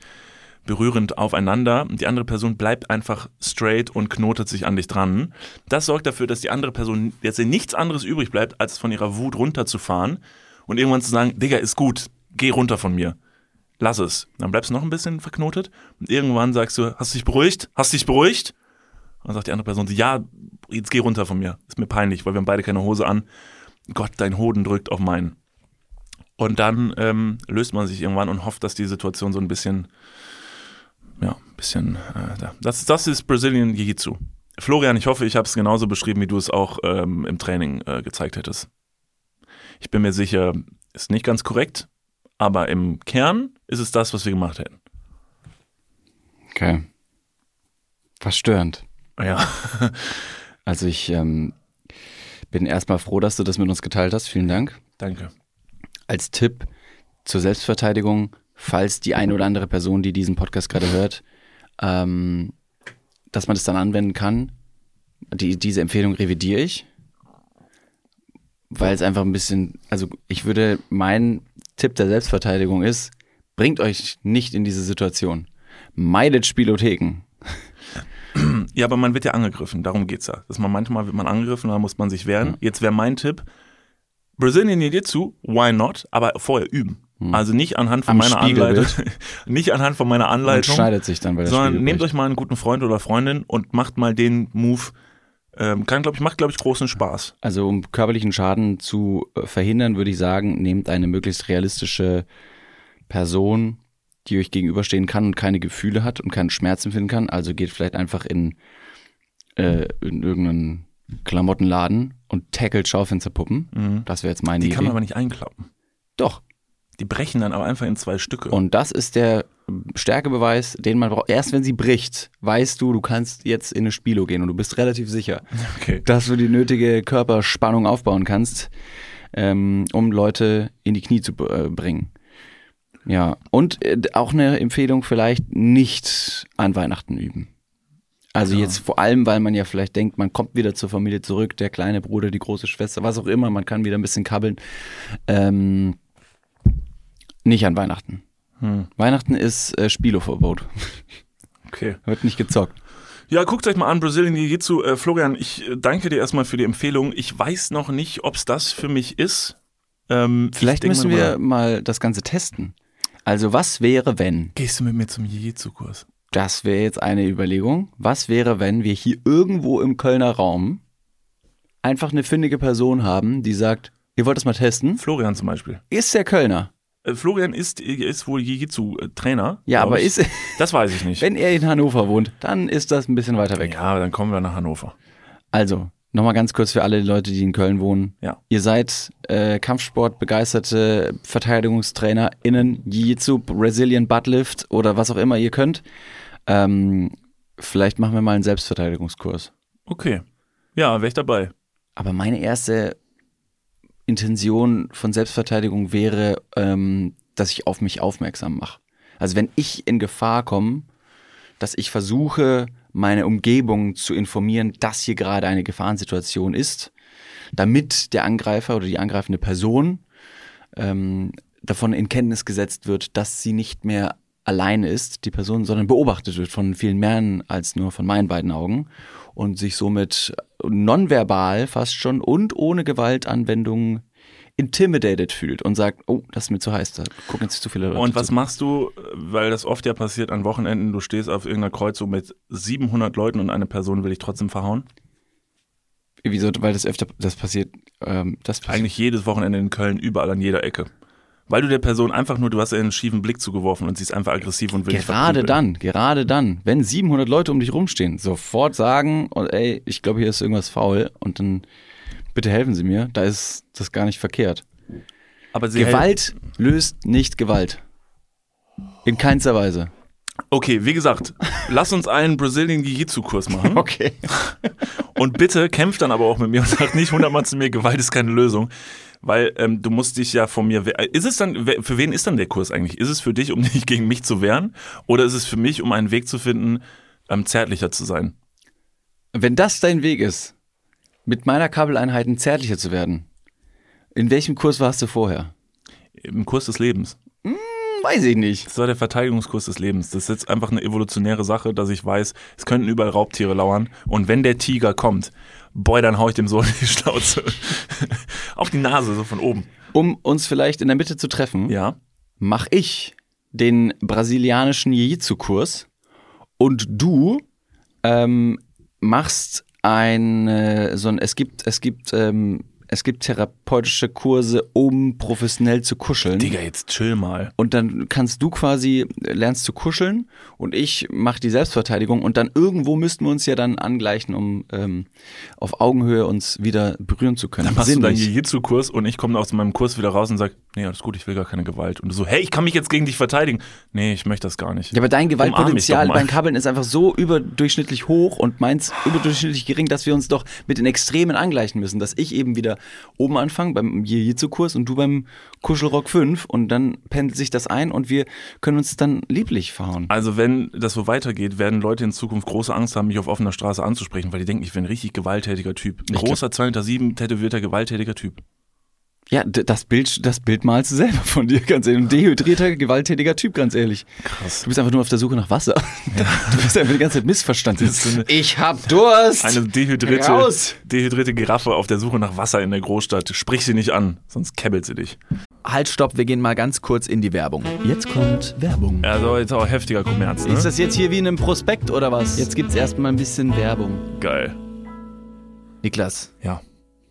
Speaker 1: berührend aufeinander und die andere Person bleibt einfach straight und knotet sich an dich dran. Das sorgt dafür, dass die andere Person jetzt ihr nichts anderes übrig bleibt, als von ihrer Wut runterzufahren und irgendwann zu sagen, Digga, ist gut, geh runter von mir. Lass es. Dann bleibst du noch ein bisschen verknotet und irgendwann sagst du, hast du dich beruhigt? Hast du dich beruhigt? Und dann sagt die andere Person, ja, jetzt geh runter von mir. Ist mir peinlich, weil wir haben beide keine Hose an. Gott, dein Hoden drückt auf meinen. Und dann ähm, löst man sich irgendwann und hofft, dass die Situation so ein bisschen, ja, ein bisschen, äh, da. das, das ist Brazilian Jiu-Jitsu. Florian, ich hoffe, ich habe es genauso beschrieben, wie du es auch ähm, im Training äh, gezeigt hättest. Ich bin mir sicher, ist nicht ganz korrekt, aber im Kern ist es das, was wir gemacht hätten.
Speaker 2: Okay. Verstörend.
Speaker 1: Ja,
Speaker 2: Also ich ähm, bin erstmal froh, dass du das mit uns geteilt hast. Vielen Dank.
Speaker 1: danke.
Speaker 2: Als Tipp zur Selbstverteidigung, falls die eine oder andere Person, die diesen Podcast gerade hört, ähm, dass man das dann anwenden kann. Die, diese Empfehlung revidiere ich, weil es einfach ein bisschen, also ich würde, mein Tipp der Selbstverteidigung ist, bringt euch nicht in diese Situation. Meidet Spielotheken.
Speaker 1: Ja, aber man wird ja angegriffen, darum geht's ja. Dass man manchmal wird man angegriffen, dann muss man sich wehren. Jetzt wäre mein Tipp, Brazilian Jiu-Jitsu, why not? Aber vorher üben. Also nicht anhand von
Speaker 2: Hm. Am
Speaker 1: meiner
Speaker 2: Spiegelbild.
Speaker 1: Anleitung, <laughs> nicht anhand von meiner
Speaker 2: Und
Speaker 1: Anleitung,
Speaker 2: schneidet sich dann, weil das
Speaker 1: sondern
Speaker 2: Spiel
Speaker 1: nehmt
Speaker 2: bricht.
Speaker 1: euch mal einen guten Freund oder Freundin und macht mal den Move. Ähm, kann, glaube ich, macht, glaube ich, großen Spaß.
Speaker 2: Also um körperlichen Schaden zu äh, verhindern, würde ich sagen, nehmt eine möglichst realistische Person, die euch gegenüberstehen kann und keine Gefühle hat und keinen Schmerz empfinden kann. Also geht vielleicht einfach in, äh, in irgendeinen Klamottenladen und tackelt Schaufensterpuppen. Das wäre jetzt meine
Speaker 1: Mhm. Die
Speaker 2: Idee.
Speaker 1: kann man aber nicht einklappen.
Speaker 2: Doch.
Speaker 1: Die brechen dann aber einfach in zwei Stücke.
Speaker 2: Und das ist der ähm, Stärkebeweis, den man braucht. Erst wenn sie bricht, weißt du, du kannst jetzt in eine Spielo gehen und du bist relativ sicher.
Speaker 1: okay.
Speaker 2: dass du die nötige Körperspannung aufbauen kannst, ähm, um Leute in die Knie zu b- äh, bringen. Ja, und äh, auch eine Empfehlung vielleicht nicht an Weihnachten üben. Also jetzt vor allem, weil man ja vielleicht denkt, man kommt wieder zur Familie zurück, der kleine Bruder, die große Schwester, was auch immer, man kann wieder ein bisschen kabbeln. Ähm, nicht an Weihnachten.
Speaker 1: Hm.
Speaker 2: Weihnachten ist äh, Spieleverbot.
Speaker 1: Okay.
Speaker 2: Wird nicht gezockt.
Speaker 1: Ja, guckt euch mal an, Brazilian Jiu-Jitsu. Äh, Florian, ich äh, danke dir erstmal für die Empfehlung. Ich weiß noch nicht, ob es das für mich ist. Ähm, ich
Speaker 2: Vielleicht
Speaker 1: denk
Speaker 2: müssen
Speaker 1: mal
Speaker 2: wir
Speaker 1: drüber-
Speaker 2: mal das Ganze testen. Also was wäre, wenn?
Speaker 1: Gehst du mit mir zum Jiu-Jitsu-Kurs?
Speaker 2: Das wäre jetzt eine Überlegung. Was wäre, wenn wir hier irgendwo im Kölner Raum einfach eine findige Person haben, die sagt, ihr wollt das mal testen?
Speaker 1: Florian zum Beispiel.
Speaker 2: Ist der Kölner?
Speaker 1: Äh, Florian ist, ist wohl Jiu-Jitsu-Trainer.
Speaker 2: Ja,
Speaker 1: glaub
Speaker 2: aber
Speaker 1: ich.
Speaker 2: ist,
Speaker 1: Das weiß ich nicht.
Speaker 2: wenn er in Hannover wohnt, dann ist das ein bisschen weiter weg.
Speaker 1: Ja, dann kommen wir nach Hannover.
Speaker 2: Also, nochmal ganz kurz für alle Leute, die in Köln wohnen.
Speaker 1: Ja.
Speaker 2: Ihr seid äh, Kampfsport begeisterte VerteidigungstrainerInnen, Jiu-Jitsu, Brazilian Buttlift oder was auch immer ihr könnt. Ähm, vielleicht machen wir mal einen Selbstverteidigungskurs.
Speaker 1: Okay. Ja, wäre ich dabei.
Speaker 2: Aber meine erste Intention von Selbstverteidigung wäre, ähm, dass ich auf mich aufmerksam mache. Also wenn ich in Gefahr komme, dass ich versuche, meine Umgebung zu informieren, dass hier gerade eine Gefahrensituation ist, damit der Angreifer oder die angreifende Person ähm, davon in Kenntnis gesetzt wird, dass sie nicht mehr alleine ist, die Person, sondern beobachtet wird von vielen mehr als nur von meinen beiden Augen und sich somit nonverbal fast schon und ohne Gewaltanwendung intimidated fühlt und sagt, oh, das ist mir zu heiß, da gucken jetzt zu viele Leute
Speaker 1: Und was
Speaker 2: zu.
Speaker 1: machst du, Äh, weil das oft ja passiert an Wochenenden, du stehst auf irgendeiner Kreuzung mit 700 Leuten und eine Person will dich trotzdem verhauen?
Speaker 2: Wieso, weil das öfter, das passiert, ähm, das passiert.
Speaker 1: Eigentlich jedes Wochenende in Köln, überall an jeder Ecke. Weil du der Person einfach nur, du hast ihr einen schiefen Blick zugeworfen und sie ist einfach aggressiv und will dich
Speaker 2: Gerade
Speaker 1: verprügeln.
Speaker 2: dann, gerade dann, wenn 700 Leute um dich rumstehen, sofort sagen, oh, ey, ich glaube, hier ist irgendwas faul und dann bitte helfen Sie mir, da ist das gar nicht verkehrt.
Speaker 1: Aber sie hält-
Speaker 2: Gewalt löst nicht Gewalt. In keinster Weise.
Speaker 1: Okay, wie gesagt, lass uns einen Brazilian Jiu-Jitsu-Kurs
Speaker 2: <laughs>
Speaker 1: machen.
Speaker 2: Okay.
Speaker 1: Und bitte kämpf dann aber auch mit mir und sag nicht hundertmal zu mir, Gewalt ist keine Lösung. Weil ähm, du musst dich ja von mir. we- äh, Ist es dann, wer- für wen ist dann der Kurs eigentlich? Ist es für dich, um <laughs> dich gegen mich zu wehren? Oder ist es für mich, um einen Weg zu finden, ähm, zärtlicher zu sein?
Speaker 2: Wenn das dein Weg ist, mit meiner Kabeleinheiten zärtlicher zu werden, in welchem Kurs warst du vorher?
Speaker 1: Im Kurs des Lebens.
Speaker 2: Weiß ich nicht.
Speaker 1: Das war der Verteidigungskurs des Lebens. Das ist jetzt einfach eine evolutionäre Sache, dass ich weiß, es könnten überall Raubtiere lauern. Und wenn der Tiger kommt, boy, dann hau ich dem so <laughs> in die Schnauze. Auf die Nase, so von oben.
Speaker 2: Um uns vielleicht in der Mitte zu treffen,
Speaker 1: Ja.
Speaker 2: mache ich den brasilianischen Jiu-Jitsu-Kurs und du ähm, machst ein äh, so ein es gibt es gibt ähm, es gibt therapeutische Kurse, um professionell zu kuscheln.
Speaker 1: Digga, jetzt chill mal.
Speaker 2: Und dann kannst du quasi äh, lernst zu kuscheln und ich mache die Selbstverteidigung und dann irgendwo müssten wir uns ja dann angleichen, um ähm, auf Augenhöhe uns wieder berühren zu können.
Speaker 1: Dann machst du deinen
Speaker 2: Sinnlich.
Speaker 1: Jiu-Jitsu-Kurs und ich komme aus meinem Kurs wieder raus und sag, nee, alles gut, ich will gar keine Gewalt. Und du so, hey, ich kann mich jetzt gegen dich verteidigen. Nee, ich möchte das gar nicht.
Speaker 2: Ja, aber dein Gewaltpotenzial
Speaker 1: Umarm mich
Speaker 2: beim
Speaker 1: doch mal. Ah.
Speaker 2: Kabeln ist einfach so überdurchschnittlich hoch und meins überdurchschnittlich gering, dass wir uns doch mit den Extremen angleichen müssen. Dass ich eben wieder oben anfange beim Jiu-Jitsu-Kurs und du beim Kuschelrock 5 und dann pendelt sich das ein und wir können uns dann lieblich verhauen.
Speaker 1: Also wenn das so weitergeht, werden Leute in Zukunft große Angst haben, mich auf offener Straße anzusprechen, weil die denken, ich bin ein richtig gewalttätiger Typ. Ein
Speaker 2: Ich glaub-
Speaker 1: großer 207 tätowierter gewalttätiger Typ.
Speaker 2: Ja, d- das Bild, das Bild malst du selber von dir, ganz ehrlich. Ein dehydrierter, gewalttätiger Typ, ganz ehrlich.
Speaker 1: Krass.
Speaker 2: Du bist einfach nur auf der Suche nach Wasser. <laughs> Du bist einfach die ganze Zeit missverstanden.
Speaker 1: Das ist so eine-
Speaker 2: Ich hab Durst!
Speaker 1: Eine dehydrierte,
Speaker 2: Raus!
Speaker 1: dehydrierte Giraffe auf der Suche nach Wasser in der Großstadt. Sprich sie nicht an, sonst kebbelt sie dich.
Speaker 3: Halt, stopp, wir gehen mal ganz kurz in die Werbung.
Speaker 2: Jetzt kommt Werbung.
Speaker 1: Also jetzt auch heftiger Kommerz, ne?
Speaker 3: Ist das jetzt hier wie in einem Prospekt oder was? Jetzt gibt's erstmal ein bisschen Werbung.
Speaker 1: geil.
Speaker 3: Niklas,
Speaker 1: Ja.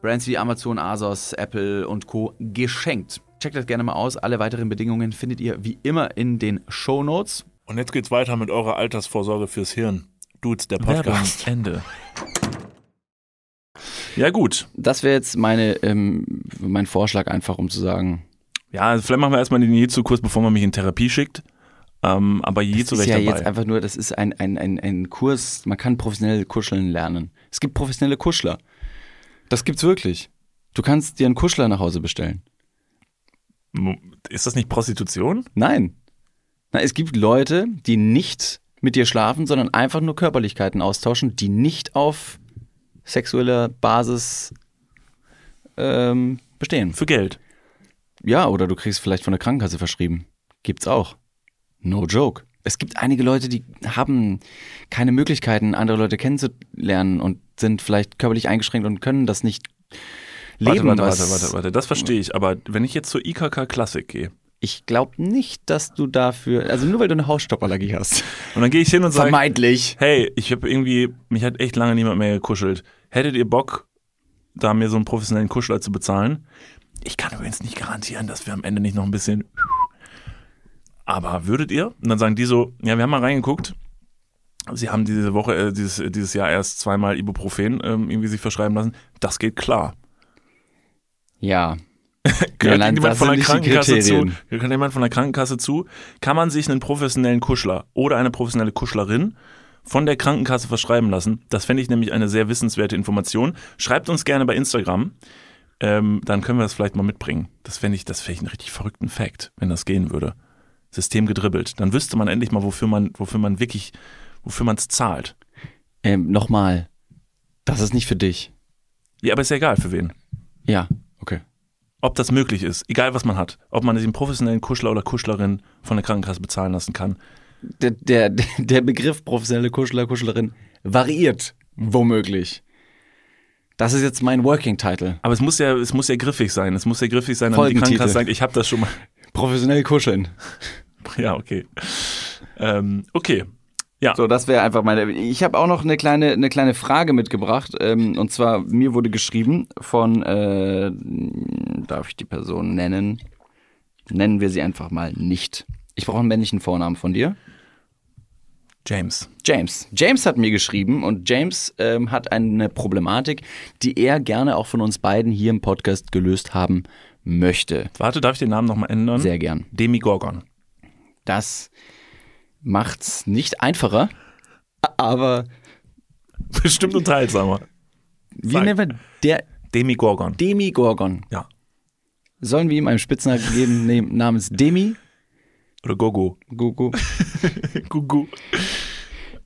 Speaker 2: Brands wie Amazon, Asos, Apple und Co. geschenkt. Checkt das gerne mal aus. Alle weiteren Bedingungen findet ihr wie immer in den Show Notes.
Speaker 1: Und jetzt geht's weiter mit eurer Altersvorsorge fürs Hirn. Dudes, der Podcast.
Speaker 4: Ende.
Speaker 1: Ja, gut.
Speaker 4: Das wäre jetzt meine, ähm, mein Vorschlag einfach, um zu sagen,
Speaker 1: Ja, also vielleicht machen wir erstmal den Jiu-Jitsu-Kurs, bevor man mich in Therapie schickt. Ähm, aber Jiu-Jitsu
Speaker 4: das ist
Speaker 1: wäre
Speaker 4: ja
Speaker 1: ich
Speaker 4: jetzt
Speaker 1: dabei.
Speaker 4: einfach nur, das ist ein, ein, ein, ein Kurs, man kann professionell kuscheln lernen. Es gibt professionelle Kuschler. Das gibt's wirklich. Du kannst dir einen Kuschler nach Hause bestellen.
Speaker 1: Ist das nicht Prostitution?
Speaker 4: Nein. Na, es gibt Leute, die nicht mit dir schlafen, sondern einfach nur Körperlichkeiten austauschen, die nicht auf sexueller Basis ähm, bestehen.
Speaker 1: Für Geld.
Speaker 4: Ja, oder du kriegst vielleicht von der Krankenkasse verschrieben. Gibt's auch. No joke. Es gibt einige Leute, die haben keine Möglichkeiten, andere Leute kennenzulernen und sind vielleicht körperlich eingeschränkt und können das nicht leben.
Speaker 1: warte, warte,
Speaker 4: was-
Speaker 1: warte, warte, warte. Das verstehe ich. Aber wenn ich jetzt zur IKK Classic gehe
Speaker 4: Ich glaube nicht, dass du dafür, also nur weil du eine Hausstauballergie hast.
Speaker 1: und dann gehe ich hin und sage,
Speaker 4: Vermeintlich.
Speaker 1: hey, ich habe irgendwie, mich hat echt lange niemand mehr gekuschelt. Hättet ihr Bock, da mir so einen professionellen Kuschler zu bezahlen? Ich kann übrigens nicht garantieren, dass wir am Ende nicht noch ein bisschen. <laughs> Aber würdet ihr? Und dann sagen die so, ja, wir haben mal reingeguckt. Sie haben diese Woche, äh, dieses, dieses Jahr erst zweimal Ibuprofen ähm, irgendwie sich verschreiben lassen. Das geht klar.
Speaker 4: Ja.
Speaker 1: Gehört
Speaker 4: nein,
Speaker 1: jemand
Speaker 4: das
Speaker 1: von
Speaker 4: sind
Speaker 1: der
Speaker 4: nicht die
Speaker 1: Krankenkasse zu?
Speaker 4: Kriterien.
Speaker 1: Gehört jemand von der Krankenkasse zu? Kann man sich einen professionellen Kuschler oder eine professionelle Kuschlerin von der Krankenkasse verschreiben lassen? Das fände ich nämlich eine sehr wissenswerte Information. Schreibt uns gerne bei Instagram. Ähm, dann können wir das vielleicht mal mitbringen. Das fände ich, das fände ich einen richtig verrückten Fact, wenn das gehen würde. System gedribbelt. Dann wüsste man endlich mal, wofür man, wofür man wirklich, wofür man es zahlt.
Speaker 4: Ähm, Nochmal. Das ist nicht für dich.
Speaker 1: Ja, aber ist ja egal für wen.
Speaker 4: Ja. Okay.
Speaker 1: ob das möglich ist, egal was man hat, ob man sich einen professionellen Kuschler oder Kuschlerin von der Krankenkasse bezahlen lassen kann.
Speaker 4: Der, der, der Begriff professionelle Kuschler, Kuschlerin variiert. Womöglich. Das ist jetzt mein Working Title.
Speaker 1: Aber es muss ja, es muss ja griffig sein. Es muss ja griffig sein, damit die
Speaker 4: Folgentitel.
Speaker 1: Krankenkasse sagt, ich habe das schon mal. <laughs>
Speaker 4: Professionell kuscheln.
Speaker 1: Ja, okay. Ähm, okay. Ja.
Speaker 2: So, das wäre einfach meine. Ich habe auch noch eine kleine, eine kleine Frage mitgebracht. Ähm, und zwar, mir wurde geschrieben von, äh, darf ich die Person nennen? Nennen wir sie einfach mal nicht. Ich brauche einen männlichen Vornamen von dir.
Speaker 1: James.
Speaker 2: James. James hat mir geschrieben und James ähm, hat eine Problematik, die er gerne auch von uns beiden hier im Podcast gelöst haben möchte.
Speaker 1: Warte, darf ich den Namen nochmal ändern?
Speaker 2: Sehr gern.
Speaker 1: Demigorgon. <laughs>
Speaker 2: Das macht's nicht einfacher, aber
Speaker 1: Bestimmt unterhaltsamer.
Speaker 2: wie
Speaker 1: Sag.
Speaker 2: nennen wir der
Speaker 1: Demigorgon.
Speaker 2: Demigorgon?
Speaker 1: Ja.
Speaker 2: Sollen wir ihm einen Spitznamen geben ne- namens Demi?
Speaker 1: Oder Gogo. <laughs>
Speaker 2: Gugu.
Speaker 1: Gugu.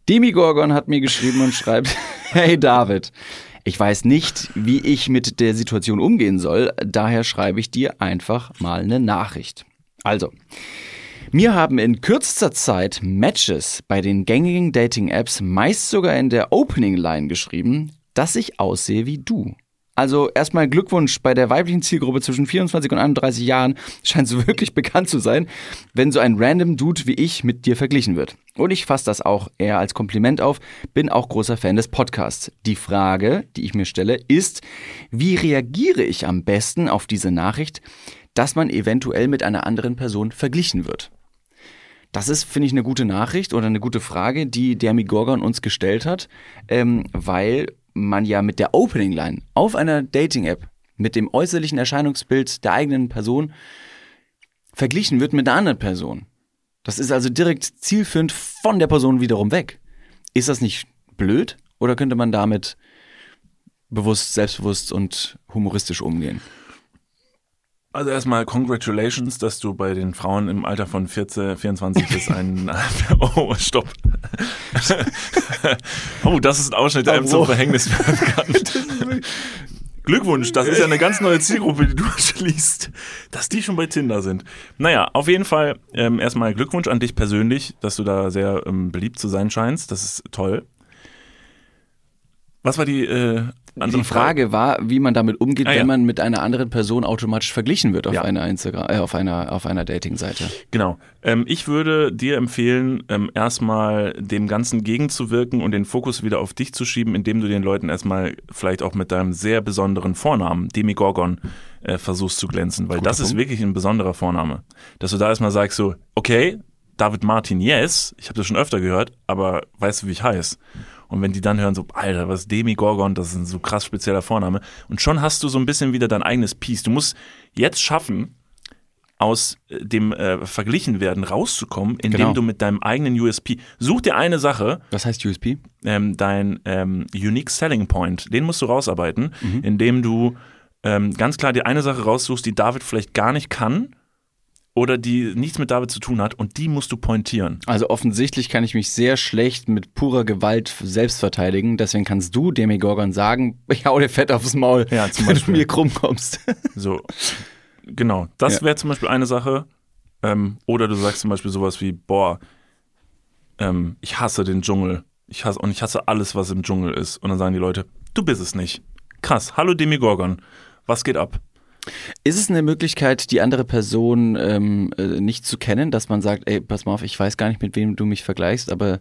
Speaker 2: Demigorgon hat mir geschrieben und schreibt: <laughs> Hey David, ich weiß nicht, wie ich mit der Situation umgehen soll, daher schreibe ich dir einfach mal eine Nachricht. Also, mir haben in kürzester Zeit Matches bei den gängigen Dating-Apps meist sogar in der Opening-Line geschrieben, dass ich aussehe wie du. Also erstmal Glückwunsch bei der weiblichen Zielgruppe zwischen 24 und 31 Jahren <laughs> scheint es wirklich bekannt zu sein, wenn so ein random Dude wie ich mit dir verglichen wird. Und ich fasse das auch eher als Kompliment auf, bin auch großer Fan des Podcasts. Die Frage, die ich mir stelle, ist, wie reagiere ich am besten auf diese Nachricht, dass man eventuell mit einer anderen Person verglichen wird? Das ist, finde ich, eine gute Nachricht oder eine gute Frage, die der Migorgon uns gestellt hat, ähm, weil man ja mit der Opening Line auf einer Dating-App mit dem äußerlichen Erscheinungsbild der eigenen Person verglichen wird mit einer anderen Person. Das ist also direkt zielführend von der Person wiederum weg. Ist das nicht blöd oder könnte man damit bewusst, selbstbewusst und humoristisch umgehen?
Speaker 1: Also erstmal congratulations, dass du bei den Frauen im Alter von 14, 24 bis
Speaker 2: <laughs>
Speaker 1: ein... Oh, stopp. oh, das ist ein Ausschnitt, der einem
Speaker 2: Oh,
Speaker 1: zum
Speaker 2: wow.
Speaker 1: Verhängnis
Speaker 2: <laughs>
Speaker 1: werden kann. Glückwunsch, das ist ja eine ganz neue Zielgruppe, die du <laughs> schließt, dass die schon bei Tinder sind. Naja, auf jeden Fall ähm, erstmal Glückwunsch an dich persönlich, dass du da sehr ähm, beliebt zu sein scheinst. Das ist toll. Was war die äh, andere
Speaker 2: Die Frage war, wie man damit umgeht,
Speaker 1: Ah, ja.
Speaker 2: wenn man mit einer anderen Person automatisch verglichen wird auf
Speaker 1: Ja.
Speaker 2: einer Instagram, äh, auf einer, auf einer Dating-Seite.
Speaker 1: Genau. Ähm, ich würde dir empfehlen, ähm, erstmal dem Ganzen gegenzuwirken und den Fokus wieder auf dich zu schieben, indem du den Leuten erstmal vielleicht auch mit deinem sehr besonderen Vornamen, Demigorgon, äh, versuchst zu glänzen. Weil das ist wirklich ein besonderer Vorname. Dass du da erstmal sagst so, okay, David Martin, yes, ich habe das schon öfter gehört, aber weißt du, wie ich heiße? Und wenn die dann hören so, Alter, was Demigorgon, das ist ein so krass spezieller Vorname. Und schon hast du so ein bisschen wieder dein eigenes Piece. Du musst jetzt schaffen, aus äh, dem äh, Verglichenwerden rauszukommen, indem
Speaker 2: Genau.
Speaker 1: du mit deinem eigenen USP, such dir eine Sache,
Speaker 2: Was heißt USP?
Speaker 1: ähm, dein ähm, Unique Selling Point, den musst du rausarbeiten, indem du ähm, ganz klar dir eine Sache raussuchst, die David vielleicht gar nicht kann oder die nichts mit David zu tun hat und die musst du pointieren.
Speaker 2: Also offensichtlich kann ich mich sehr schlecht mit purer Gewalt selbst verteidigen. Deswegen kannst du Demigorgon sagen, <laughs> ich hau dir fett aufs Maul,
Speaker 1: Ja, zum
Speaker 2: <laughs> wenn du
Speaker 1: Beispiel.
Speaker 2: mir krumm kommst.
Speaker 1: So, genau, das
Speaker 2: Ja.
Speaker 1: wäre zum Beispiel eine Sache. Ähm, oder du sagst zum Beispiel sowas wie, boah, ähm, ich hasse den Dschungel. Ich hasse, und ich hasse alles, was im Dschungel ist. Und dann sagen die Leute, du bist es nicht. Krass, hallo Demigorgon, was geht ab?
Speaker 2: <laughs> Ist es eine Möglichkeit, die andere Person ähm, äh, nicht zu kennen, dass man sagt, ey, pass mal auf, ich weiß gar nicht, mit wem du mich vergleichst, aber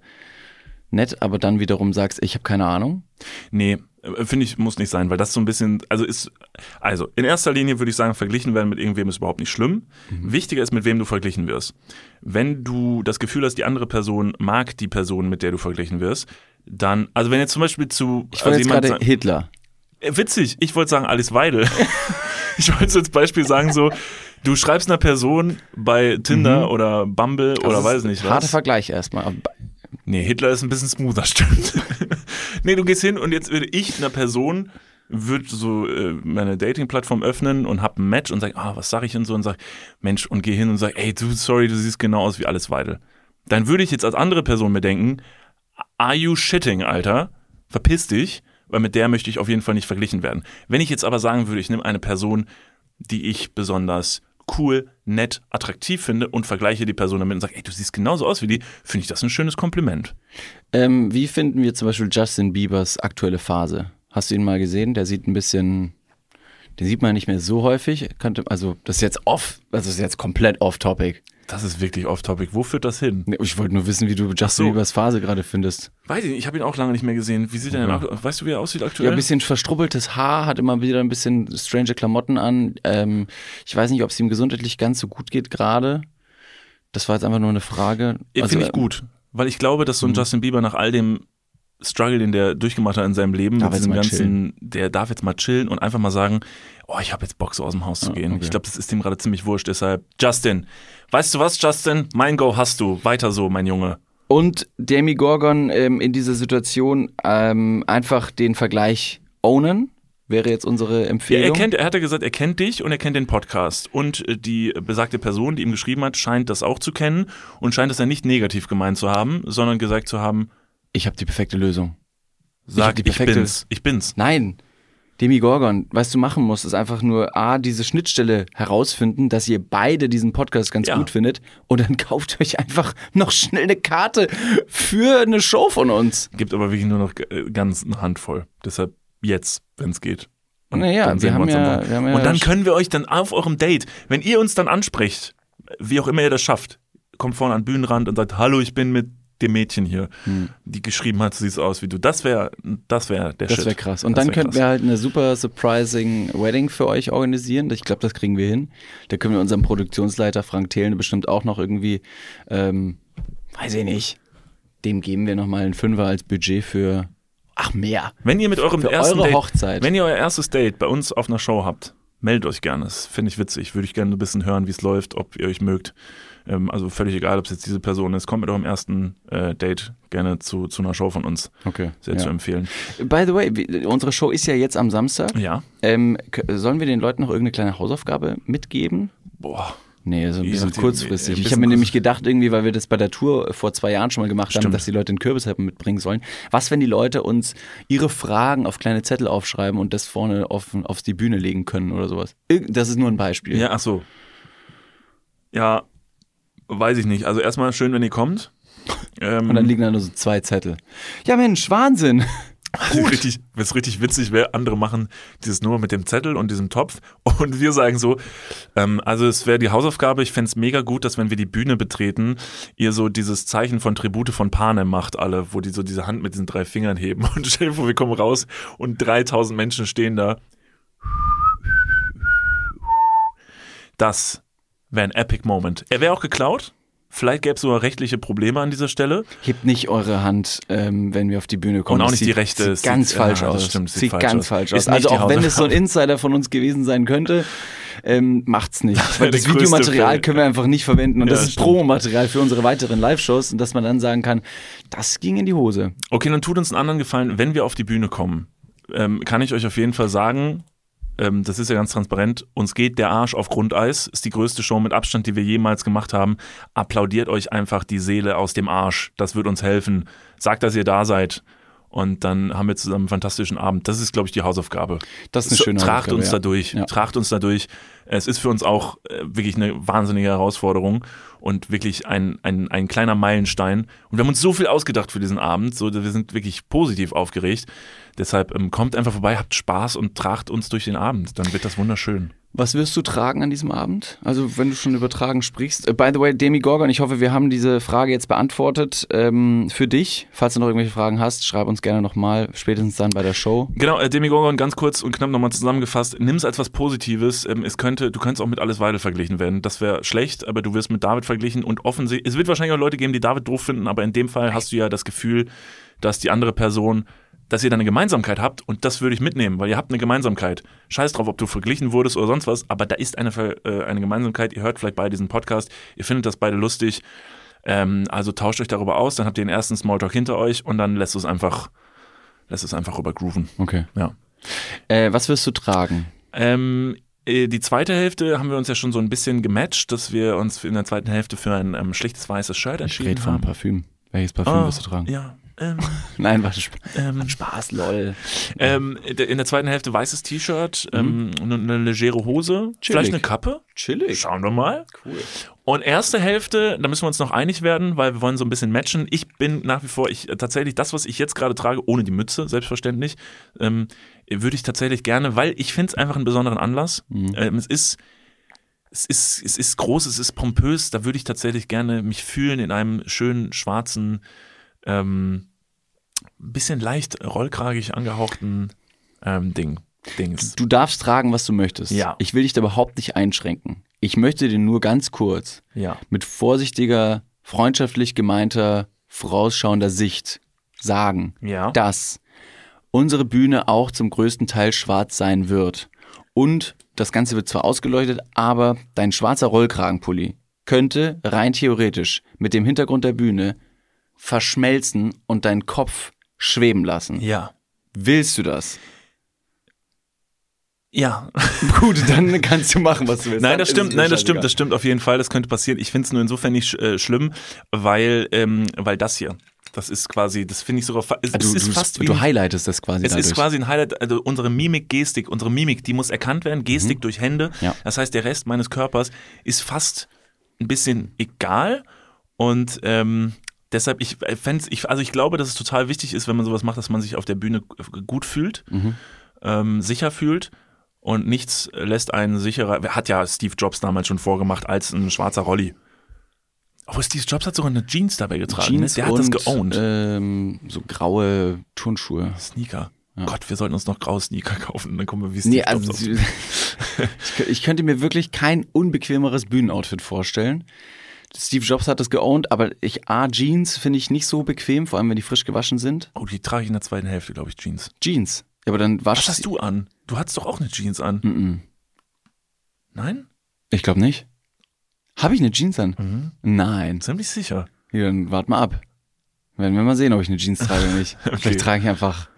Speaker 2: nett, aber dann wiederum sagst, ich habe keine Ahnung?
Speaker 1: Nee, äh, finde ich, muss nicht sein, weil das so ein bisschen, also ist, also in erster Linie würde ich sagen, verglichen werden mit irgendwem ist überhaupt nicht schlimm.
Speaker 2: Mhm.
Speaker 1: Wichtiger ist, mit wem du verglichen wirst. Wenn du das Gefühl hast, die andere Person mag die Person, mit der du verglichen wirst, dann, also wenn jetzt zum Beispiel zu,
Speaker 2: Ich war
Speaker 1: also
Speaker 2: jetzt
Speaker 1: jemand
Speaker 2: gerade
Speaker 1: sagen-
Speaker 2: Hitler.
Speaker 1: Äh, Witzig, ich wollte sagen Alice
Speaker 2: <laughs>
Speaker 1: Weidel. ich wollte so als Beispiel sagen so, du schreibst einer Person bei Tinder oder Bumble oder weiß
Speaker 2: Das Mhm. Also ist
Speaker 1: nicht
Speaker 2: ein Harter
Speaker 1: was.
Speaker 2: Vergleich erstmal.
Speaker 1: Nee, Hitler ist ein bisschen smoother, <laughs> stimmt. nee, du gehst hin und jetzt würde ich einer Person würde so äh, meine Dating-Plattform öffnen und hab ein Match und sag, ah, was sag ich und so und sag, Mensch, und geh hin und sag, ey, du, sorry, du siehst genau aus wie Alice Weidel. Dann würde ich jetzt als andere Person mir denken, are you shitting, Alter? Verpiss dich, weil mit der möchte ich auf jeden Fall nicht verglichen werden. Wenn ich jetzt aber sagen würde, ich nehme eine Person, die ich besonders cool, nett, attraktiv finde und vergleiche die Person damit und sage, ey, du siehst genauso aus wie die, finde ich das ein schönes Kompliment.
Speaker 2: Ähm, wie finden wir zum Beispiel Justin Biebers aktuelle Phase? Hast du ihn mal gesehen? Der sieht ein bisschen, Den sieht man nicht mehr so häufig. Könnte, also, das ist jetzt off, also das ist jetzt komplett off-topic.
Speaker 1: Das ist wirklich off-topic. Wo führt das hin?
Speaker 2: Nee, Ich wollte nur wissen, wie du Justin
Speaker 1: so.
Speaker 2: Biebers Phase gerade findest.
Speaker 1: Weiß ich nicht, ich habe ihn auch lange nicht mehr gesehen. Wie sieht er denn aus? Weißt du, wie er aussieht aktuell?
Speaker 2: Ja, ein bisschen verstrubbeltes Haar, hat immer wieder ein bisschen strange Klamotten an. Ähm, ich weiß nicht, ob es ihm gesundheitlich ganz so gut geht gerade. Das war jetzt einfach nur eine Frage.
Speaker 1: Äh,
Speaker 2: Also, Mhm.
Speaker 1: Finde ich
Speaker 2: äh,
Speaker 1: gut, weil ich glaube, dass so ein Justin Bieber nach all dem Struggle, den der durchgemacht hat in seinem Leben,
Speaker 2: Darf
Speaker 1: mit
Speaker 2: jetzt
Speaker 1: diesem
Speaker 2: mal
Speaker 1: ganzen, der darf jetzt mal chillen und einfach mal sagen, oh, ich habe jetzt Bock, so aus dem Haus zu gehen.
Speaker 2: Ah, okay.
Speaker 1: Ich glaube, das ist ihm gerade ziemlich wurscht. Deshalb, Justin, weißt du was, Justin? Mein Go hast du. Weiter so, mein Junge.
Speaker 2: Und Demi Gorgon ähm, in dieser Situation ähm, einfach den Vergleich ownen, wäre jetzt unsere
Speaker 1: Ja,
Speaker 2: Empfehlung.
Speaker 1: er kennt, er hat ja gesagt, er kennt dich und er kennt den Podcast. Und äh, die besagte Person, die ihm geschrieben hat, scheint das auch zu kennen und scheint es ja nicht negativ gemeint zu haben, sondern gesagt zu haben,
Speaker 2: ich habe die perfekte Lösung. hab
Speaker 1: sag,
Speaker 2: die
Speaker 1: ich,
Speaker 2: perfekte-
Speaker 1: bin's, ich bin's.
Speaker 2: Nein. Demi Gorgon, was du machen musst, ist einfach nur A, diese Schnittstelle herausfinden, dass ihr beide diesen Podcast ganz
Speaker 1: Ja.
Speaker 2: gut findet und dann <laughs> kauft euch einfach noch schnell eine Karte für eine Show von uns.
Speaker 1: Gibt aber wirklich nur noch äh, ganz eine Handvoll. Deshalb jetzt, wenn es geht. Und
Speaker 2: Naja,
Speaker 1: dann sehen
Speaker 2: wir haben
Speaker 1: uns am
Speaker 2: ja-
Speaker 1: Wochenende.
Speaker 2: wir haben ja-
Speaker 1: Und dann können wir euch dann auf eurem Date, wenn ihr uns dann ansprecht, wie auch immer ihr das schafft, kommt vorne an den Bühnenrand und sagt, hallo, ich bin mit dem Mädchen hier,
Speaker 2: Hm.
Speaker 1: die geschrieben hat, so sieht's aus wie du. Das wäre das wär der Shit.
Speaker 2: Das wäre krass. Und
Speaker 1: Das
Speaker 2: dann
Speaker 1: wär
Speaker 2: könnten
Speaker 1: krass.
Speaker 2: wir halt eine super surprising Wedding für euch organisieren. Ich glaube, das kriegen wir hin. Da können wir unserem Produktionsleiter Frank Thelen bestimmt auch noch irgendwie, ähm, weiß ich nicht, dem geben wir nochmal einen Fünfer als Budget für, ach mehr.
Speaker 1: Wenn ihr mit eurem
Speaker 2: Für
Speaker 1: ersten
Speaker 2: eure
Speaker 1: Date,
Speaker 2: Hochzeit.
Speaker 1: wenn ihr euer erstes Date bei uns auf einer Show habt, meldet euch gerne. Das finde ich witzig. Würde ich gerne ein bisschen hören, wie es läuft, ob ihr euch mögt. Ähm, also völlig egal, ob es jetzt diese Person ist. Kommt mit eurem ersten äh, Date gerne zu, zu einer Show von uns.
Speaker 2: Okay.
Speaker 1: Sehr zu empfehlen.
Speaker 2: By the way, wie- unsere Show ist ja jetzt am Samstag.
Speaker 1: Ja.
Speaker 2: Ähm, k- sollen wir den Leuten noch irgendeine kleine Hausaufgabe mitgeben?
Speaker 1: Boah.
Speaker 2: Nee, so ein
Speaker 1: Je
Speaker 2: bisschen
Speaker 1: nachdem,
Speaker 2: kurzfristig.
Speaker 1: ein
Speaker 2: ich habe mir
Speaker 1: bisschen
Speaker 2: nämlich gedacht, irgendwie, weil wir das bei der Tour vor zwei Jahren schon mal gemacht haben,
Speaker 1: Stimmt.
Speaker 2: dass die Leute einen Kürbisheppen mitbringen sollen. Was, wenn die Leute uns ihre Fragen auf kleine Zettel aufschreiben und das vorne auf, auf die Bühne legen können oder sowas? Irg- Das ist nur ein Beispiel.
Speaker 1: Ja, ach so. Ja, weiß ich nicht. Also erstmal schön, wenn ihr kommt. Ähm,
Speaker 2: Und dann liegen da nur so zwei Zettel. Ja, Mensch, Wahnsinn.
Speaker 1: gut. Also Richtig, was richtig witzig wäre, andere machen dieses nur mit dem Zettel und diesem Topf <laughs> und wir sagen so, ähm, also es wäre die Hausaufgabe, ich fänd's mega gut, dass wenn wir die Bühne betreten, ihr so dieses Zeichen von Tribute von Panem macht alle, wo die so diese Hand mit diesen drei Fingern heben <laughs> und stell dir vor, wir kommen raus und 3000 Menschen stehen da. Das wäre ein epic Moment. Er wäre auch geklaut. Vielleicht gäbe es sogar rechtliche Probleme an dieser Stelle.
Speaker 2: Hebt nicht eure Hand, ähm, wenn wir auf die Bühne kommen.
Speaker 1: Und auch
Speaker 2: Das
Speaker 1: nicht die
Speaker 2: sieht,
Speaker 1: rechte. Es
Speaker 2: Sieht ganz
Speaker 1: sieht-
Speaker 2: falsch
Speaker 1: ah, das
Speaker 2: aus.
Speaker 1: stimmt,
Speaker 2: sieht ganz falsch aus.
Speaker 1: Ist
Speaker 2: Also
Speaker 1: nicht die
Speaker 2: auch wenn es so ein
Speaker 1: Hausaufgabe.
Speaker 2: Insider von uns gewesen sein könnte, ähm, macht's nicht.
Speaker 1: wäre der
Speaker 2: Weil das
Speaker 1: größte
Speaker 2: Videomaterial
Speaker 1: Fail.
Speaker 2: können wir einfach nicht verwenden. Und
Speaker 1: Ja,
Speaker 2: das ist
Speaker 1: stimmt.
Speaker 2: Promomaterial für unsere weiteren Live-Shows. Und dass man dann sagen kann, das ging in die Hose.
Speaker 1: Okay, dann tut uns einen anderen Gefallen, wenn wir auf die Bühne kommen, ähm, kann ich euch auf jeden Fall sagen, ähm, das ist ja ganz transparent, uns geht der Arsch auf Grundeis, ist die größte Show mit Abstand, die wir jemals gemacht haben. Applaudiert euch einfach die Seele aus dem Arsch, das wird uns helfen. Sagt, dass ihr da seid und dann haben wir zusammen einen fantastischen Abend. Das ist, glaube ich, die Hausaufgabe.
Speaker 2: Das ist eine schöne
Speaker 1: Tracht uns
Speaker 2: Hausaufgabe, ja.
Speaker 1: dadurch,
Speaker 2: Ja.
Speaker 1: tracht uns dadurch. Es ist für uns auch äh, wirklich eine wahnsinnige Herausforderung und wirklich ein, ein, ein kleiner Meilenstein. Und wir haben uns so viel ausgedacht für diesen Abend, so, wir sind wirklich positiv aufgeregt. Deshalb ähm, kommt einfach vorbei, habt Spaß und tracht uns durch den Abend. Dann wird das wunderschön.
Speaker 2: Was wirst du tragen an diesem Abend? Also, wenn du schon über Tragen sprichst. Äh, By the way, Demi Gorgon, ich hoffe, wir haben diese Frage jetzt beantwortet. Ähm, für dich, falls du noch irgendwelche Fragen hast, schreib uns gerne nochmal, spätestens dann bei der Show.
Speaker 1: Genau, äh, Demigorgon, ganz kurz und knapp nochmal zusammengefasst, nimm es als was Positives. Ähm, es könnte, du kannst auch mit Alles Weidel verglichen werden. Das wäre schlecht, aber du wirst mit David verglichen und offensichtlich, es wird wahrscheinlich auch Leute geben, die David doof finden, aber in dem Fall hast du ja das Gefühl, dass die andere Person, dass ihr da eine Gemeinsamkeit habt und das würde ich mitnehmen, weil ihr habt eine Gemeinsamkeit. Scheiß drauf, ob du verglichen wurdest oder sonst was, aber da ist eine, Ver- äh, eine Gemeinsamkeit. Ihr hört vielleicht beide diesen Podcast, ihr findet das beide lustig. Ähm, also tauscht euch darüber aus, dann habt ihr den ersten Smalltalk hinter euch und dann lässt es einfach, lässt es einfach rübergrooven.
Speaker 2: Okay.
Speaker 1: Ja.
Speaker 2: Äh, was wirst du tragen?
Speaker 1: Ähm, äh, die zweite Hälfte haben wir uns ja schon so ein bisschen gematcht, dass wir uns in der zweiten Hälfte für ein ähm, schlichtes weißes Shirt
Speaker 2: Ich rede
Speaker 1: entschieden
Speaker 2: von
Speaker 1: haben.
Speaker 2: Parfüm. Welches Parfüm
Speaker 1: Ah,
Speaker 2: wirst du tragen? <laughs>
Speaker 1: Ja. Ähm,
Speaker 2: Nein, warte, Sp
Speaker 1: ähm,
Speaker 2: Spaß, lol.
Speaker 1: ähm, in der zweiten Hälfte weißes T-Shirt, ähm, eine, eine legere Hose, vielleicht eine Kappe.
Speaker 2: Mhm. Chillig.
Speaker 1: Schauen wir mal.
Speaker 2: Cool.
Speaker 1: Und erste Hälfte, da müssen wir uns noch einig werden, weil wir wollen so ein bisschen matchen. Ich bin nach wie vor, ich äh, tatsächlich das, was ich jetzt gerade trage, ohne die Mütze, selbstverständlich, ähm, würde ich tatsächlich gerne, weil ich finde es einfach einen besonderen Anlass. Ähm, es ist es ist, es ist groß, es ist pompös, da würde ich tatsächlich gerne mich fühlen in einem schönen, schwarzen, ähm, bisschen leicht rollkragig angehauchten ähm, Ding. Dings.
Speaker 2: Du darfst tragen, was du möchtest.
Speaker 1: Ja.
Speaker 2: Ich will dich da überhaupt nicht einschränken. Ich möchte dir nur ganz kurz
Speaker 1: Ja.
Speaker 2: mit vorsichtiger, freundschaftlich gemeinter, vorausschauender Sicht sagen,
Speaker 1: Ja.
Speaker 2: dass unsere Bühne auch zum größten Teil schwarz sein wird. Und das Ganze wird zwar ausgeleuchtet, aber dein schwarzer Rollkragenpulli könnte rein theoretisch mit dem Hintergrund der Bühne verschmelzen und deinen Kopf schweben lassen.
Speaker 1: Ja.
Speaker 2: Willst du das? <laughs>
Speaker 1: Ja.
Speaker 2: Gut, dann kannst du machen, was du willst.
Speaker 1: Nein,
Speaker 2: Dann
Speaker 1: das
Speaker 2: ist
Speaker 1: stimmt,
Speaker 2: es mir
Speaker 1: nein, das stimmt,
Speaker 2: scheißegal.
Speaker 1: das stimmt auf jeden Fall. Das könnte passieren. Ich finde es nur insofern nicht sch äh, schlimm, weil, ähm, weil das hier, das ist quasi, das finde ich sogar, fa es,
Speaker 2: Ah, Du,
Speaker 1: es ist
Speaker 2: du,
Speaker 1: fast wie
Speaker 2: du
Speaker 1: ein-
Speaker 2: highlightest das quasi
Speaker 1: Es
Speaker 2: dadurch.
Speaker 1: ist quasi ein Highlight, also unsere Mimik, Gestik, unsere Mimik, die muss erkannt werden, Gestik durch Hände.
Speaker 2: Mhm. Ja.
Speaker 1: Das heißt, der Rest meines Körpers ist fast ein bisschen egal und ähm, deshalb, ich äh, fänd's, ich, also ich glaube, dass es total wichtig ist, wenn man sowas macht, dass man sich auf der Bühne g- gut fühlt,
Speaker 2: Mhm.
Speaker 1: ähm, sicher fühlt. Und nichts lässt einen sicherer, hat ja Steve Jobs damals schon vorgemacht, als ein schwarzer Rolli. Aber Steve Jobs hat sogar eine Jeans dabei getragen.
Speaker 2: Jeans
Speaker 1: ne? Der hat
Speaker 2: und,
Speaker 1: das geowned.
Speaker 2: Ähm, so graue Turnschuhe.
Speaker 1: Sneaker. Gott, wir sollten uns noch graue Sneaker <laughs> kaufen, dann kommen wir wie Steve
Speaker 2: Nee, also
Speaker 1: Jobs aus.
Speaker 2: ich, kö- <laughs> ich könnte mir wirklich kein unbequemeres Bühnenoutfit vorstellen. Steve Jobs hat das geowned, aber ich A, Jeans finde ich nicht so bequem, vor allem wenn die frisch gewaschen sind.
Speaker 1: Oh, die trage ich in der zweiten Hälfte, glaube ich, Jeans.
Speaker 2: Jeans. Ja, aber dann wasch
Speaker 1: Was hast du an? Du hattest doch auch eine Jeans an.
Speaker 2: Hm.
Speaker 1: Nein?
Speaker 2: Ich glaube nicht. Habe ich eine Jeans an? Nein.
Speaker 1: Ziemlich sicher.
Speaker 2: Ja, dann wart mal ab. Werden wir mal sehen, ob ich eine Jeans trage oder <laughs> nicht. Vielleicht trage ich einfach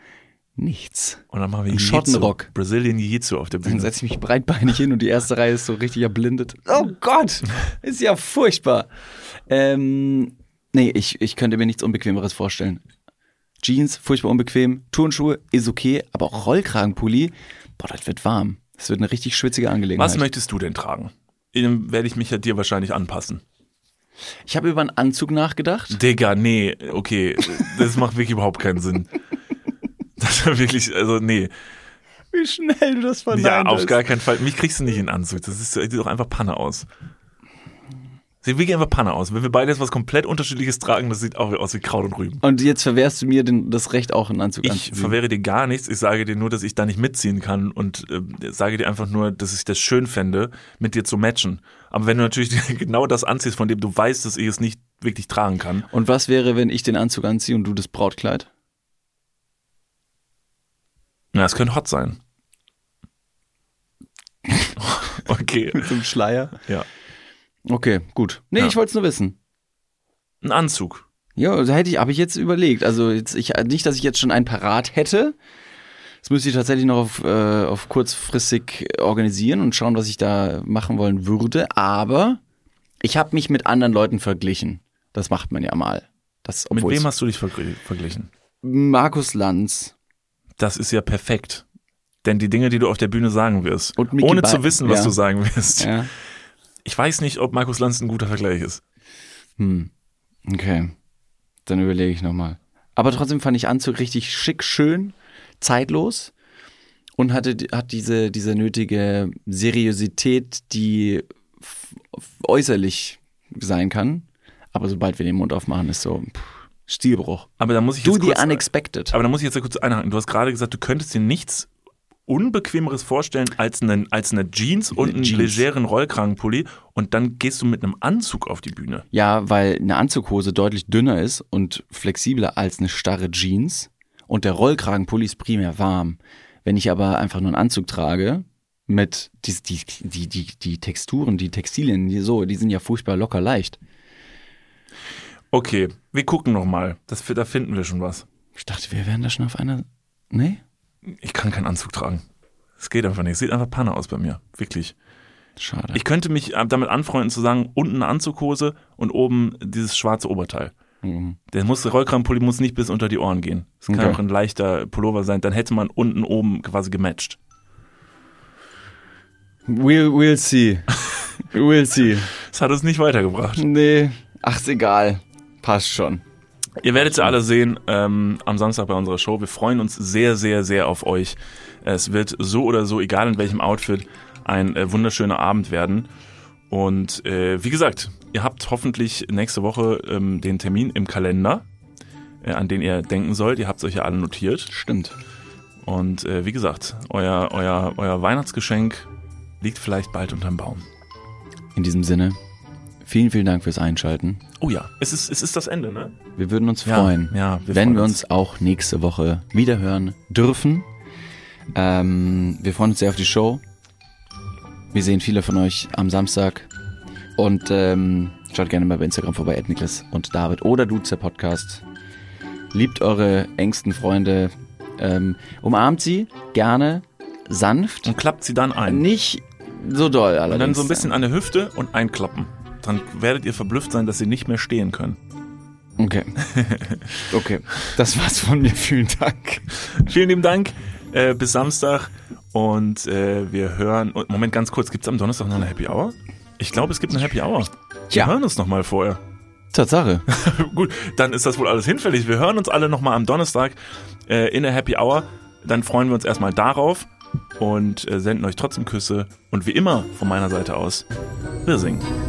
Speaker 2: nichts. Also
Speaker 1: Und dann machen wir
Speaker 2: Ein
Speaker 1: Jiu-Jitsu.
Speaker 2: Schottenrock.
Speaker 1: Brazilian Jiu-Jitsu auf der
Speaker 2: Dann
Speaker 1: Bühne.
Speaker 2: setze ich mich breitbeinig hin und die erste Reihe ist so richtig erblindet. Oh Gott, ist ja furchtbar. Ähm, nee, ich, ich könnte mir nichts Unbequemeres vorstellen. Jeans, furchtbar unbequem. Turnschuhe ist okay, aber auch Rollkragenpulli, boah, das wird warm. Das wird eine richtig schwitzige Angelegenheit.
Speaker 1: Was möchtest du denn tragen? Ähm, Werde ich mich ja dir wahrscheinlich anpassen.
Speaker 2: ich habe über einen Anzug nachgedacht.
Speaker 1: Digga, nee, okay, das macht wirklich überhaupt keinen Sinn. <laughs> Das war wirklich, also nee.
Speaker 2: Wie schnell du das verneint
Speaker 1: ja, auf
Speaker 2: hast.
Speaker 1: gar keinen Fall. Mich kriegst du nicht in den Anzug. Das ist, sieht doch einfach Panne aus. Sieht wirklich einfach Panne aus. Wenn wir beide jetzt was komplett unterschiedliches tragen, das sieht auch aus wie Kraut und Rüben.
Speaker 2: Und jetzt verwehrst du mir den, das Recht, auch einen Anzug
Speaker 1: Ich
Speaker 2: anzuziehen.
Speaker 1: verwehre dir gar nichts. Ich sage dir nur, dass ich da nicht mitziehen kann und äh, sage dir einfach nur, dass ich das schön fände, mit dir zu matchen. Aber wenn du natürlich <laughs> genau das anziehst, von dem du weißt, dass ich es nicht wirklich tragen kann,
Speaker 2: Und was wäre, wenn ich den Anzug anziehe und du das Brautkleid?
Speaker 1: na, es könnte hot sein. okay,
Speaker 2: Zum Schleier?
Speaker 1: ja.
Speaker 2: Okay, gut. Nee,
Speaker 1: Ja.
Speaker 2: ich wollte es nur wissen.
Speaker 1: Ein Anzug.
Speaker 2: Ja, da hätte ich, habe ich jetzt überlegt. Also jetzt, ich, nicht, dass ich jetzt schon einen parat hätte. Das müsste ich tatsächlich noch auf, äh, auf kurzfristig organisieren und schauen, was ich da machen wollen würde. Aber ich habe mich mit anderen Leuten verglichen. Das macht man ja mal. Das,
Speaker 1: Mit
Speaker 2: obwohl's-
Speaker 1: wem hast du dich vergl- verglichen?
Speaker 2: Markus Lanz.
Speaker 1: Das ist ja perfekt. Denn die Dinge, die du auf der Bühne sagen wirst,
Speaker 2: Und Mickey
Speaker 1: ohne zu
Speaker 2: Bein-
Speaker 1: wissen, was
Speaker 2: ja.
Speaker 1: du sagen wirst.
Speaker 2: Ja.
Speaker 1: Ich weiß nicht, ob Markus Lanz ein guter Vergleich ist.
Speaker 2: Hm. Okay. Dann überlege ich nochmal. Aber trotzdem fand ich Anzug richtig schick, schön, zeitlos und hatte, hat diese, diese nötige Seriosität, die f- f- äußerlich sein kann. Aber sobald wir den Mund aufmachen, ist so pff, Stilbruch.
Speaker 1: Aber da muss ich
Speaker 2: Do
Speaker 1: jetzt
Speaker 2: the
Speaker 1: kurz, äh,
Speaker 2: unexpected.
Speaker 1: aber da muss ich jetzt kurz einhaken. Du hast gerade gesagt, du könntest dir nichts unbequemeres vorstellen als einen als eine Jeans und einen
Speaker 2: Jeans.
Speaker 1: legeren Rollkragenpulli und dann gehst du mit einem Anzug auf die Bühne.
Speaker 2: Ja, weil eine Anzughose deutlich dünner ist und flexibler als eine starre Jeans und der Rollkragenpulli ist primär warm. Wenn ich aber einfach nur einen Anzug trage mit die, die, die, die, die Texturen, die Textilien, die so, die sind ja furchtbar locker leicht.
Speaker 1: Okay, wir gucken noch mal. Das, da finden wir schon was.
Speaker 2: Ich dachte, wir wären da schon auf einer. Nee?
Speaker 1: Ich kann keinen Anzug tragen. Es geht einfach nicht. Es sieht einfach Panne aus bei mir. Wirklich.
Speaker 2: Schade.
Speaker 1: Ich könnte mich äh, damit anfreunden zu sagen, unten eine Anzughose und oben dieses schwarze Oberteil.
Speaker 2: Mhm.
Speaker 1: Der, muss, der Rollkragenpulli muss nicht bis unter die Ohren gehen. Es kann
Speaker 2: Okay.
Speaker 1: auch ein leichter Pullover sein. Dann hätte man unten oben quasi gematcht.
Speaker 2: we'll, we'll see. We'll see.
Speaker 1: Das hat uns nicht weitergebracht.
Speaker 2: Nee. Ach, ist egal. Passt schon.
Speaker 1: Ihr werdet sie alle sehen ähm, am Samstag bei unserer Show. Wir freuen uns sehr, sehr, sehr auf euch. Es wird so oder so, egal in welchem Outfit, ein äh, wunderschöner Abend werden. Und äh, wie gesagt, ihr habt hoffentlich nächste Woche ähm, den Termin im Kalender, äh, an den ihr denken sollt. Ihr habt es euch ja alle notiert.
Speaker 2: Stimmt.
Speaker 1: Und äh, wie gesagt, euer, euer, euer Weihnachtsgeschenk liegt vielleicht bald unterm Baum.
Speaker 2: In diesem Sinne, vielen, vielen Dank fürs Einschalten.
Speaker 1: Oh ja, es ist, es ist das Ende, ne?
Speaker 2: Wir würden uns
Speaker 1: Ja,
Speaker 2: freuen,
Speaker 1: ja, wir
Speaker 2: wenn
Speaker 1: freuen
Speaker 2: wir
Speaker 1: uns.
Speaker 2: uns. auch nächste Woche wiederhören dürfen. Ähm, wir freuen uns sehr auf die Show. Wir sehen viele von euch am Samstag. Und ähm, schaut gerne mal bei Instagram vorbei, Niklas und David oder Dudes, der Podcast. Liebt eure engsten Freunde. Ähm, umarmt sie gerne, sanft.
Speaker 1: Und klappt sie dann ein.
Speaker 2: Nicht so doll allerdings.
Speaker 1: Und dann so ein bisschen an der Hüfte und einklappen. Dann werdet ihr verblüfft sein, dass sie nicht mehr stehen können.
Speaker 2: Okay. okay. Das war's von mir. Vielen Dank.
Speaker 1: <laughs> Vielen lieben Dank. Äh, bis Samstag. Und äh, wir hören. Und Moment, ganz kurz. Gibt es am Donnerstag noch eine Happy Hour? Ich glaube, es gibt eine Happy Hour. Wir
Speaker 2: Ja.
Speaker 1: hören uns nochmal vorher. <laughs>
Speaker 2: Tatsache.
Speaker 1: Gut, dann ist das wohl alles hinfällig. Wir hören uns alle nochmal am Donnerstag äh, in der Happy Hour. Dann freuen wir uns erstmal darauf und äh, senden euch trotzdem Küsse. Und wie immer von meiner Seite aus, wir singen.